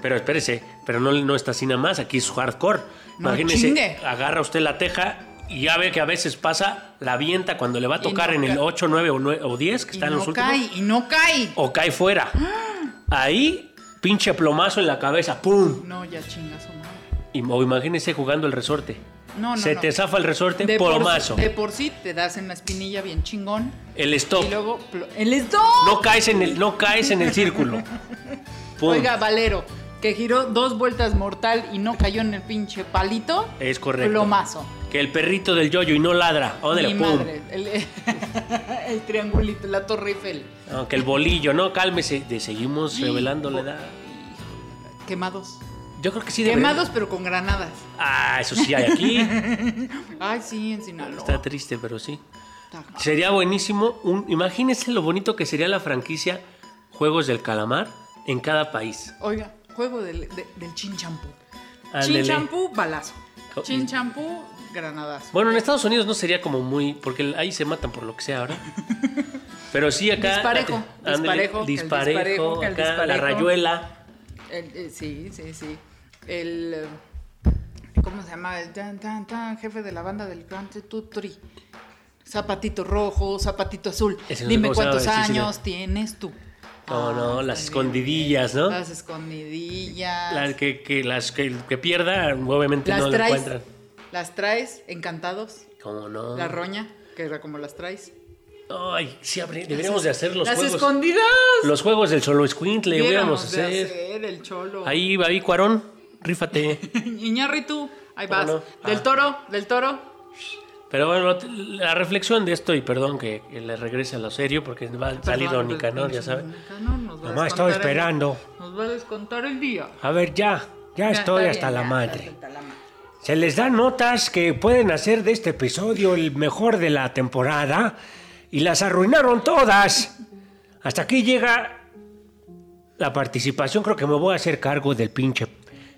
Speaker 2: Pero espérese, pero no, no está así nada más. Aquí es hardcore.
Speaker 1: No
Speaker 2: Imagínese,
Speaker 1: chingue.
Speaker 2: agarra usted la teja y ya ve que a veces pasa, la avienta cuando le va a
Speaker 1: Y
Speaker 2: tocar
Speaker 1: no
Speaker 2: en el
Speaker 1: ca-
Speaker 2: 8, 9 o, 9 o 10, que
Speaker 1: Y
Speaker 2: están los
Speaker 1: no
Speaker 2: últimos.
Speaker 1: cae, Ah. y no cae.
Speaker 2: O cae fuera. Ahí, pinche plomazo en la cabeza. ¡Pum!
Speaker 1: No, ya chingas, su madre.
Speaker 2: Y, o imagínese jugando el resorte.
Speaker 1: No, no,
Speaker 2: Se
Speaker 1: no.
Speaker 2: te zafa el resorte,
Speaker 1: De por,
Speaker 2: plomazo.
Speaker 1: de por sí te das en la espinilla bien chingón.
Speaker 2: El stop.
Speaker 1: Y luego. plo- ¡El stop!
Speaker 2: No caes en el, no caes en el círculo. Pum.
Speaker 1: Oiga, Valero, que giró dos vueltas mortal y no cayó en el pinche palito.
Speaker 2: es correcto.
Speaker 1: Plomazo.
Speaker 2: Que el perrito del yoyo y no ladra. Óndale,
Speaker 1: Mi
Speaker 2: pum.
Speaker 1: madre. El, el triangulito, la torre Eiffel.
Speaker 2: No, que el bolillo, no, cálmese. De seguimos
Speaker 1: Sí,
Speaker 2: revelando la
Speaker 1: bo-
Speaker 2: edad.
Speaker 1: Quemados.
Speaker 2: Yo creo que sí debería.
Speaker 1: Quemados, pero con granadas.
Speaker 2: Ah, eso sí hay aquí.
Speaker 1: Ay, sí, en Sinaloa.
Speaker 2: Está triste, pero sí.
Speaker 1: Está-
Speaker 2: Sería buenísimo. Un, imagínense lo bonito que sería la franquicia Juegos del Calamar en cada país.
Speaker 1: Oiga, juego del, de- del chinchampú.
Speaker 2: Ándele. Oh,
Speaker 1: Chinchampú, balazo.
Speaker 2: Co-
Speaker 1: Chinchampú, granadazo.
Speaker 2: Bueno, en Estados Unidos no sería como muy. Porque ahí se matan por lo que sea ahora. Pero sí acá.
Speaker 1: Disparejo,
Speaker 2: Ándale,
Speaker 1: disparejo, que el
Speaker 2: disparejo,
Speaker 1: disparejo, que el
Speaker 2: acá, la
Speaker 1: disparejo.
Speaker 2: rayuela.
Speaker 1: El- eh, sí, sí, sí. El. eh, ¿Cómo se llama? El tan, tan, tan, jefe de la banda del Grand Tutri. Zapatito rojo, zapatito azul.
Speaker 2: Ese no sé
Speaker 1: Dime
Speaker 2: cómo se
Speaker 1: cuántos
Speaker 2: llama, sí, sí,
Speaker 1: años tienes tú. Ah,
Speaker 2: Cómo no, las
Speaker 1: está
Speaker 2: escondidillas, ¿no?
Speaker 1: Las escondidillas.
Speaker 2: La que, que las que, que pierda, obviamente
Speaker 1: Ah, las
Speaker 2: no la
Speaker 1: traes.
Speaker 2: encuentran. Ah.
Speaker 1: Las traes, encantados.
Speaker 2: ¿Cómo no?
Speaker 1: La roña, que era como las traes.
Speaker 2: Ay, sí, habría- deberíamos de hacer los
Speaker 1: las
Speaker 2: juegos.
Speaker 1: escondidas.
Speaker 2: Los juegos del solo escuintle,
Speaker 1: Deberíamos
Speaker 2: deberíamos
Speaker 1: de
Speaker 2: hacer.
Speaker 1: hacer el cholo.
Speaker 2: Ahí, ahí, Cuarón, rífate.
Speaker 1: Iñárritu, ahí
Speaker 2: ¿Cómo
Speaker 1: vas.
Speaker 2: no?
Speaker 1: Del
Speaker 2: Ah.
Speaker 1: toro, del toro.
Speaker 2: Pero bueno, la reflexión de esto, y perdón que que le regrese a lo serio, porque va a salir
Speaker 1: Perdón,
Speaker 2: irónica, ¿no?
Speaker 1: pinche
Speaker 2: Ya saben.
Speaker 1: Nicanor nos va a
Speaker 3: Mamá,
Speaker 1: descontar
Speaker 3: estaba
Speaker 1: el-
Speaker 3: esperando.
Speaker 1: nos va a descontar el día.
Speaker 3: A ver, ya. Ya,
Speaker 1: Ya,
Speaker 3: estoy
Speaker 1: está
Speaker 3: hasta
Speaker 1: bien,
Speaker 3: la
Speaker 1: ya,
Speaker 3: madre.
Speaker 1: estás hasta la madre.
Speaker 3: Se les dan notas que pueden hacer de este episodio el mejor de la temporada y las arruinaron todas. Hasta aquí llega la participación. Creo que me voy a hacer cargo del pinche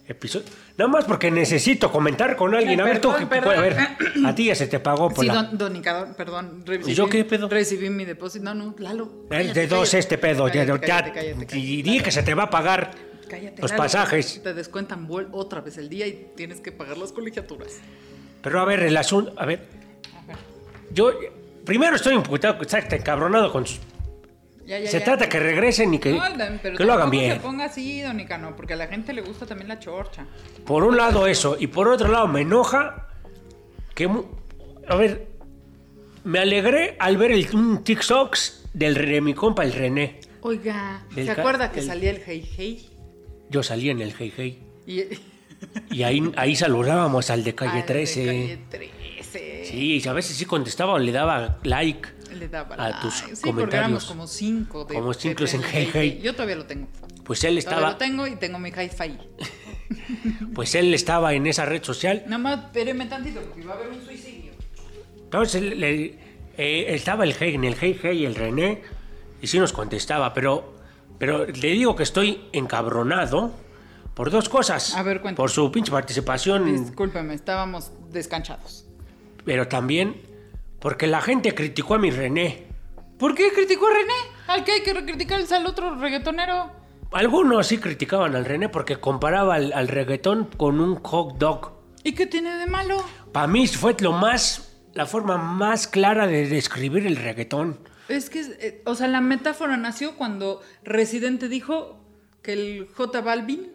Speaker 3: episodio. Nada más porque necesito comentar con alguien. A ver, tú,
Speaker 1: Perdón,
Speaker 3: que-
Speaker 1: perdón.
Speaker 3: a ver, a ti ya se te pagó por
Speaker 1: Sí,
Speaker 3: la-
Speaker 1: don, don Nicador, perdón. Recibí,
Speaker 2: ¿Yo qué pedo?
Speaker 1: Recibí mi depósito. No, no, Lalo.
Speaker 3: El
Speaker 1: cállate,
Speaker 3: de dos
Speaker 1: cállate.
Speaker 3: este pedo. ya-
Speaker 1: Cállate,
Speaker 3: ya-
Speaker 1: cállate, cállate, cállate,
Speaker 3: y di
Speaker 1: Lalo,
Speaker 3: que se te va a pagar
Speaker 1: cállate,
Speaker 3: los
Speaker 1: Lalo,
Speaker 3: pasajes.
Speaker 1: Te descuentan vuel- otra vez el día y tienes que pagar las colegiaturas.
Speaker 3: Pero a ver, el asunto. A ver. Yo primero estoy imputado, exacto, encabronado con sus.
Speaker 1: Ya, ya,
Speaker 3: se
Speaker 1: ya.
Speaker 3: trata que regresen y que,
Speaker 1: No, Dan, pero
Speaker 3: que lo hagan
Speaker 1: tampoco
Speaker 3: bien.
Speaker 1: se ponga así, don Nicanor, porque a la gente le gusta también la chorcha.
Speaker 3: Por un lado eso, y por otro lado me enoja que... mu- A ver, me alegré al ver el, un TikToks del, de mi compa el René.
Speaker 1: Oiga,
Speaker 3: El
Speaker 1: ¿se
Speaker 3: ca-
Speaker 1: acuerda que
Speaker 3: el-
Speaker 1: salía el hey hey?
Speaker 3: Yo salí en el Hey Hey.
Speaker 1: Y,
Speaker 3: Y ahí, ahí saludábamos al de Calle
Speaker 1: Al de
Speaker 3: 13.
Speaker 1: Calle 13.
Speaker 3: Sí, y a veces sí contestaba o le daba like.
Speaker 1: Le daba
Speaker 3: A
Speaker 1: like.
Speaker 3: tus
Speaker 1: sí, porque
Speaker 3: comentarios.
Speaker 1: éramos como cinco. De,
Speaker 3: Como cinco
Speaker 1: de-
Speaker 3: en
Speaker 1: de-
Speaker 3: Hey Hey.
Speaker 1: Yo todavía lo tengo.
Speaker 3: Pues él
Speaker 1: Todavía lo
Speaker 3: estaba,
Speaker 1: tengo y tengo mi hi-fi.
Speaker 3: pues él estaba en esa red social.
Speaker 1: Nada más, espéreme tantito porque va a haber un suicidio.
Speaker 3: Entonces le- eh, estaba el Hey, en el Hey Hey, el René, y sí nos contestaba, pero, pero le digo que estoy encabronado por dos cosas.
Speaker 1: A ver, cuenta.
Speaker 3: Por su pinche participación,
Speaker 1: Discúlpeme, estábamos descanchados.
Speaker 3: pero también porque la gente criticó a mi René.
Speaker 1: ¿Por qué criticó a René? Al que hay que criticar es al otro reggaetonero.
Speaker 3: Algunos sí criticaban al René porque comparaba al, al reggaetón con un hot dog.
Speaker 1: ¿Y qué tiene de malo?
Speaker 3: Para mí fue lo más, la forma más clara de describir el reggaetón.
Speaker 1: Es que, eh, o sea, la metáfora nació cuando Residente dijo que el J Balvin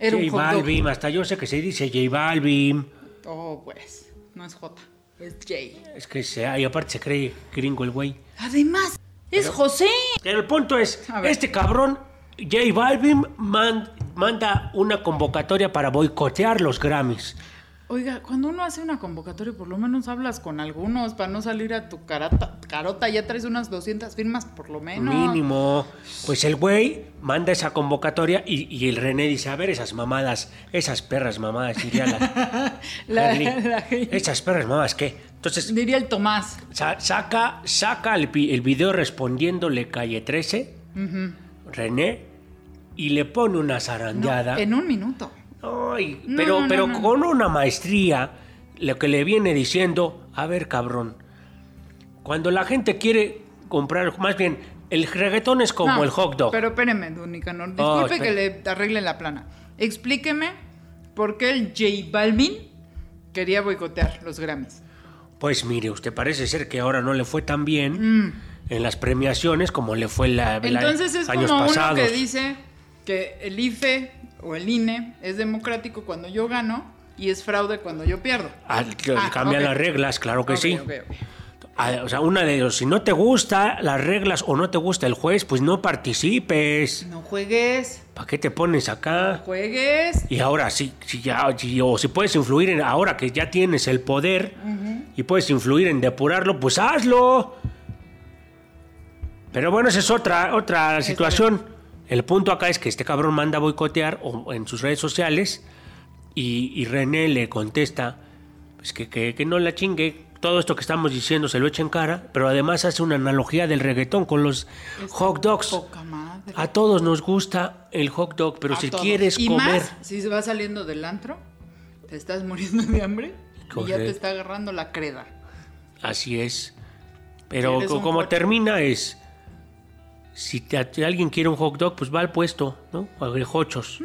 Speaker 1: era
Speaker 3: J
Speaker 1: un hot dog.
Speaker 3: Balvin, hasta yo sé que se dice J Balvin.
Speaker 1: Oh, pues, no es J, es J.
Speaker 3: Es que se, y aparte se cree gringo el güey.
Speaker 1: Además, es José.
Speaker 3: Pero el punto es,
Speaker 1: A ver.
Speaker 3: este cabrón, J Balvin, man- manda una convocatoria para boicotear los Grammys.
Speaker 1: Oiga, cuando uno hace una convocatoria, por lo menos hablas con algunos para no salir a tu carata, carota. Ya traes unas 200 firmas, por lo menos.
Speaker 3: Mínimo. Pues el güey manda esa convocatoria y, y el René dice, a ver, esas mamadas, esas perras mamadas, diría la,
Speaker 1: La-
Speaker 3: Carly.
Speaker 1: la-
Speaker 3: Esas perras mamadas, ¿qué? Entonces,
Speaker 1: Diría el Tomás.
Speaker 3: sa- saca, saca el, pi- el video respondiéndole Calle 13, René, y le pone una
Speaker 1: No,
Speaker 3: zarandeada.
Speaker 1: en un minuto.
Speaker 3: Ay,
Speaker 1: No,
Speaker 3: pero,
Speaker 1: no,
Speaker 3: pero
Speaker 1: no, no.
Speaker 3: con una maestría, lo que le viene diciendo, a ver, cabrón, cuando la gente quiere comprar, más bien, el reggaetón es como
Speaker 1: No,
Speaker 3: el hot dog.
Speaker 1: Pero espéreme, don Nicanor.
Speaker 3: Oh,
Speaker 1: Disculpe que le arregle la plana. Explíqueme por qué el J Balvin quería boicotear los Grammys.
Speaker 3: Pues mire, usted parece ser que ahora no le fue tan bien en las premiaciones como le fue la, la-
Speaker 1: Mm. Entonces es como
Speaker 3: años
Speaker 1: uno
Speaker 3: pasados.
Speaker 1: que dice que el IFE o el INE es democrático cuando yo gano y es fraude cuando yo pierdo.
Speaker 3: Ah, que
Speaker 1: Ah,
Speaker 3: cambian
Speaker 1: ok.
Speaker 3: las reglas, claro que
Speaker 1: Ok,
Speaker 3: sí.
Speaker 1: ok, ok.
Speaker 3: Ah, O sea, una de ellos, si no te gusta las reglas o no te gusta el juez, pues no participes.
Speaker 1: No juegues,
Speaker 3: ¿Para qué te pones acá?
Speaker 1: juegues.
Speaker 3: Y ahora sí, sí, ya, sí, o si puedes influir en, ahora que ya tienes el poder y puedes influir en depurarlo, pues hazlo. Pero bueno, esa es otra, otra situación. El punto acá es que este cabrón manda a boicotear o- en sus redes sociales y, y René le contesta pues que, que- que no la chingue. Todo esto que estamos diciendo se lo echa en cara, pero además hace una analogía del reggaetón con los hot dogs.
Speaker 1: Poca madre.
Speaker 3: A todos nos gusta el hot dog, pero
Speaker 1: A
Speaker 3: si
Speaker 1: todos.
Speaker 3: quieres
Speaker 1: y
Speaker 3: comer.
Speaker 1: Más, si se va saliendo del antro, te estás muriendo de hambre y ya te
Speaker 3: Correcto.
Speaker 1: está agarrando la creda.
Speaker 3: Así es. Pero
Speaker 1: Eres
Speaker 3: co-
Speaker 1: un
Speaker 3: como
Speaker 1: coche.
Speaker 3: termina es, si te- a- alguien quiere un hot dog, pues va al puesto, ¿no? A de hochos.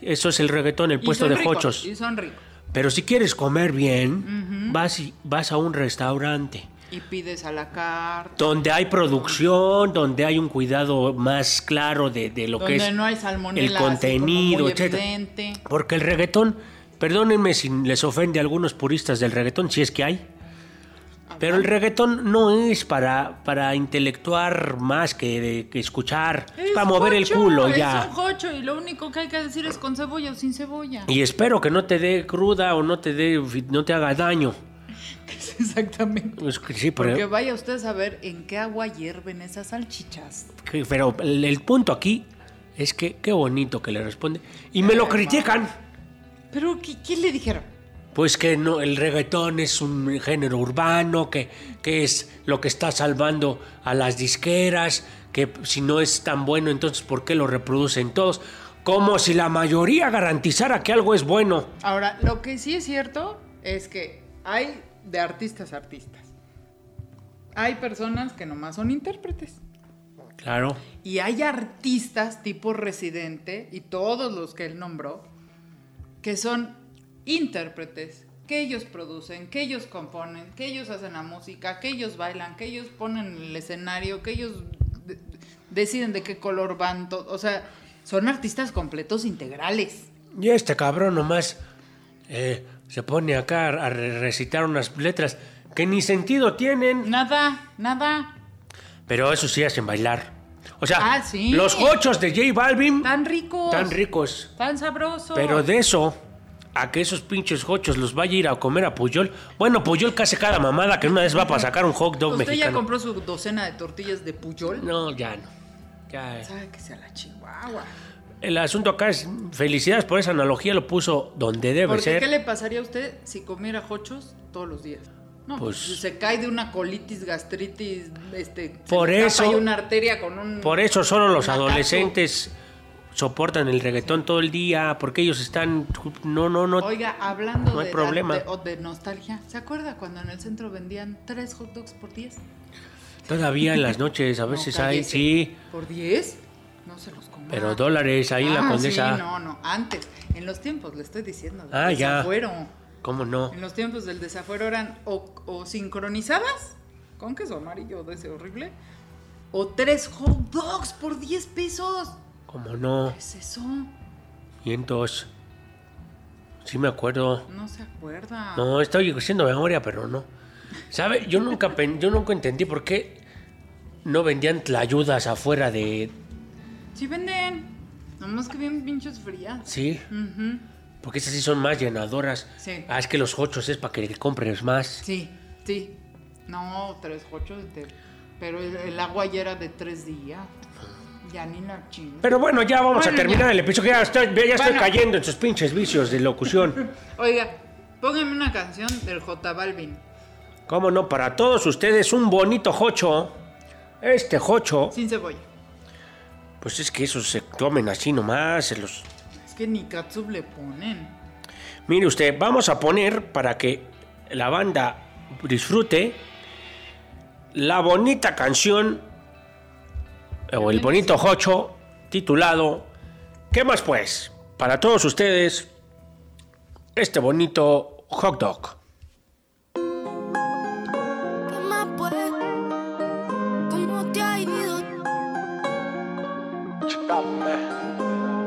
Speaker 3: Eso es el reggaetón, el
Speaker 1: Y
Speaker 3: puesto
Speaker 1: son
Speaker 3: de
Speaker 1: ricos,
Speaker 3: hochos.
Speaker 1: Y son ricos.
Speaker 3: Pero si quieres comer bien, vas, y- vas a un restaurante
Speaker 1: Y pides a la carta.
Speaker 3: donde hay producción, donde hay un cuidado más claro de, de lo que
Speaker 1: Donde
Speaker 3: es
Speaker 1: no hay salmonela.
Speaker 3: el
Speaker 1: así como
Speaker 3: contenido,
Speaker 1: muy
Speaker 3: etcétera.
Speaker 1: evidente.
Speaker 3: Porque el reggaetón, perdónenme si les ofende a algunos puristas del reggaetón, si es que hay. Pero el reggaetón no es para, para intelectuar más que, de- que escuchar. Es para mover el
Speaker 1: jocho,
Speaker 3: culo
Speaker 1: Es
Speaker 3: ya.
Speaker 1: un jocho y lo único que hay que decir es con cebolla o sin cebolla.
Speaker 3: Y espero que no te dé cruda o no te dé, no te haga daño.
Speaker 1: Exactamente.
Speaker 3: Es que sí, pero,
Speaker 1: Porque vaya usted a saber en qué agua hierven esas salchichas.
Speaker 3: que- pero el, el punto aquí es
Speaker 1: Eh,
Speaker 3: que qué bonito que le responde. Y me lo critican.
Speaker 1: Pero, ¿qué, qué le dijeron?
Speaker 3: pues que no, el reggaetón es un género urbano, que, que es lo que está salvando a las disqueras, que si no es tan bueno, entonces ¿por qué lo reproducen todos? Como si la mayoría garantizara que algo es bueno.
Speaker 1: Ahora, lo que sí es cierto es que hay de artistas a artistas. Hay personas que nomás son intérpretes.
Speaker 3: Claro.
Speaker 1: Y hay artistas tipo residente y todos los que él nombró, que son intérpretes, que ellos producen, que ellos componen, que ellos hacen la música, que ellos bailan, que ellos ponen el escenario, que ellos de- deciden de qué color van. to- o sea, son artistas completos integrales.
Speaker 3: Y este cabrón nomás eh, se pone acá a re- recitar unas letras que ni sentido tienen,
Speaker 1: Nada, nada.
Speaker 3: pero eso sí hacen bailar. O sea,
Speaker 1: Ah, sí.
Speaker 3: los cochos de J Balvin
Speaker 1: Tan ricos.
Speaker 3: tan ricos.
Speaker 1: Tan sabrosos.
Speaker 3: Pero de eso, a que esos pinches jochos los vaya a ir a comer a Puyol. Bueno, Puyol casi cada mamada que una vez va para sacar un hot dog
Speaker 1: ¿Usted ya
Speaker 3: mexicano.
Speaker 1: compró su docena de tortillas de puyol?
Speaker 3: No, ya no. Ya, eh.
Speaker 1: Sabe que sea la chihuahua.
Speaker 3: El asunto acá es felicidades por esa analogía, lo puso donde debe
Speaker 1: Porque
Speaker 3: ser.
Speaker 1: ¿qué le pasaría a usted si comiera hochos todos los días? No,
Speaker 3: Pues-
Speaker 1: pues, se cae de una colitis, gastritis, este, se
Speaker 3: Por
Speaker 1: le tapa
Speaker 3: eso-
Speaker 1: ahí una arteria con un
Speaker 3: Por eso solo los
Speaker 1: un atajo.
Speaker 3: adolescentes soportan el reggaetón todo el día, porque ellos están... No, no, no.
Speaker 1: Oiga, hablando
Speaker 3: No hay
Speaker 1: de,
Speaker 3: problema.
Speaker 1: de- o de nostalgia, ¿se acuerda cuando en el centro vendían tres hot dogs por 10?
Speaker 3: Todavía en las noches a
Speaker 1: No,
Speaker 3: veces hay,
Speaker 1: cállese.
Speaker 3: sí,
Speaker 1: ¿Por 10? No se los comía.
Speaker 3: pero dólares ahí en la
Speaker 1: Ah,
Speaker 3: condesa.
Speaker 1: Sí, no, no, antes, en los tiempos, le estoy diciendo.
Speaker 3: Ah, ya.
Speaker 1: Fueron.
Speaker 3: ¿Cómo no?
Speaker 1: En los tiempos del desafuero eran o, o sincronizadas con queso amarillo de ese horrible o tres hot dogs por 10 pesos.
Speaker 3: ¿Cómo no?
Speaker 1: ¿Qué es eso?
Speaker 3: Y entonces... Sí me acuerdo.
Speaker 1: No se acuerda.
Speaker 3: No, estoy haciendo memoria, pero no. ¿Sabe? Yo nunca, pen- yo nunca entendí por qué no vendían tlayudas afuera de...
Speaker 1: Sí venden. Nomás que bien pinches frías.
Speaker 3: Sí,
Speaker 1: Ujú.
Speaker 3: porque esas sí son más llenadoras.
Speaker 1: Sí.
Speaker 3: Ah, es que los jochos es para que le compres más.
Speaker 1: Sí, sí. No, tres cochos de... Pero el, el agua ya era de tres días. Ya ni la chingada.
Speaker 3: Pero bueno, ya vamos a
Speaker 1: Bueno,
Speaker 3: terminar
Speaker 1: ya.
Speaker 3: el episodio. Ya estoy, ya estoy
Speaker 1: Bueno.
Speaker 3: cayendo en sus pinches vicios de locución.
Speaker 1: Oiga, póngame una canción del J Balvin.
Speaker 3: ¿Cómo no? Para todos ustedes, un bonito jocho. Este jocho,
Speaker 1: Sin cebolla.
Speaker 3: pues es que esos se comen así nomás, se los...
Speaker 1: Es que ni katsup le ponen.
Speaker 3: Mire usted, vamos a poner para que la banda disfrute la bonita canción o el bonito jocho titulado ¿Qué más pues? Para todos ustedes, este bonito hot dog.
Speaker 7: ¿Qué más pues? ¿Cómo te ha ido?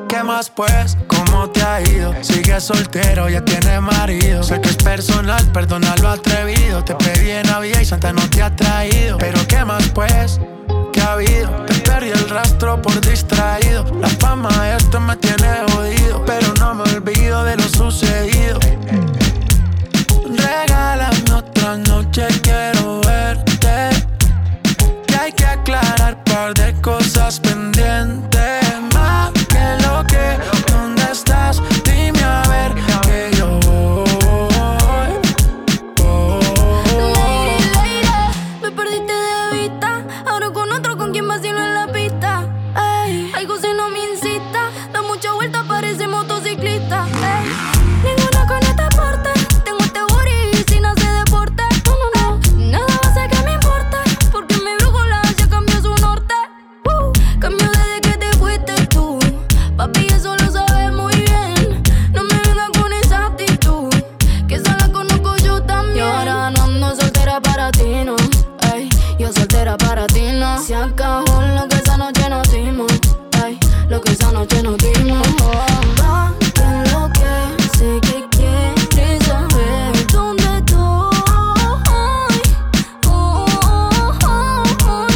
Speaker 8: ¿Qué más pues? ¿Cómo te ha ido? Sigue soltero, ya tiene marido. Sé que es personal, perdona lo atrevido. Te pedí en Navidad y Santa no te ha traído. Pero ¿qué más pues? ¿Qué ha habido? Te perdí el rastro por distraído. La fama de esto me tiene jodido. Pero no me olvido de lo sucedido. Regálame otra noche, quiero verte. Y hay que aclarar par de cosas pendientes. Más que lo que, ¿dónde estás? Dime a ver que yo voy. Oh. voy.
Speaker 7: Lady, lady, me perdiste de vista. Ahora con otro con quien vacilo en la pista. Ey, algo si no me incita. Da mucha vuelta, parece motociclista. Ey, ninguna con este porte. Tengo este booty y si no se deporte. No, no, no. Nada va a ser que me importe. Porque mi brújula ya cambió su norte. Uh, cambió desde que te fuiste tú. Papi, eso lo sabes muy bien. No me vengas con esa actitud. Que esa la conozco yo también. Y ahora no ando soltera para ti, no. Ey, yo soltera para ti, no. Se acabó lo que esa noche nos dimos. Ey, lo que esa noche nos dimos. Va, que lo que sé que quieres saber dónde estoy. Oh, oh, oh, oh.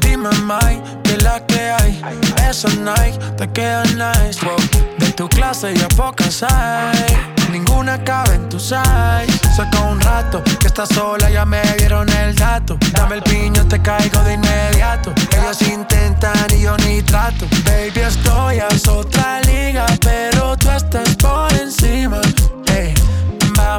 Speaker 8: Dime, Mike, que la que hay. Esa Nike te queda nice. wow. De tu clase ya pocas hay. Ninguna cabe en tu size. Saca un rato que estás sola, ya me dieron el dato. Dame el piño, te caigo de inmediato. Ellos intentan y yo ni trato. Baby, estoy eh, a otra liga, pero tú estás por encima. Ey, va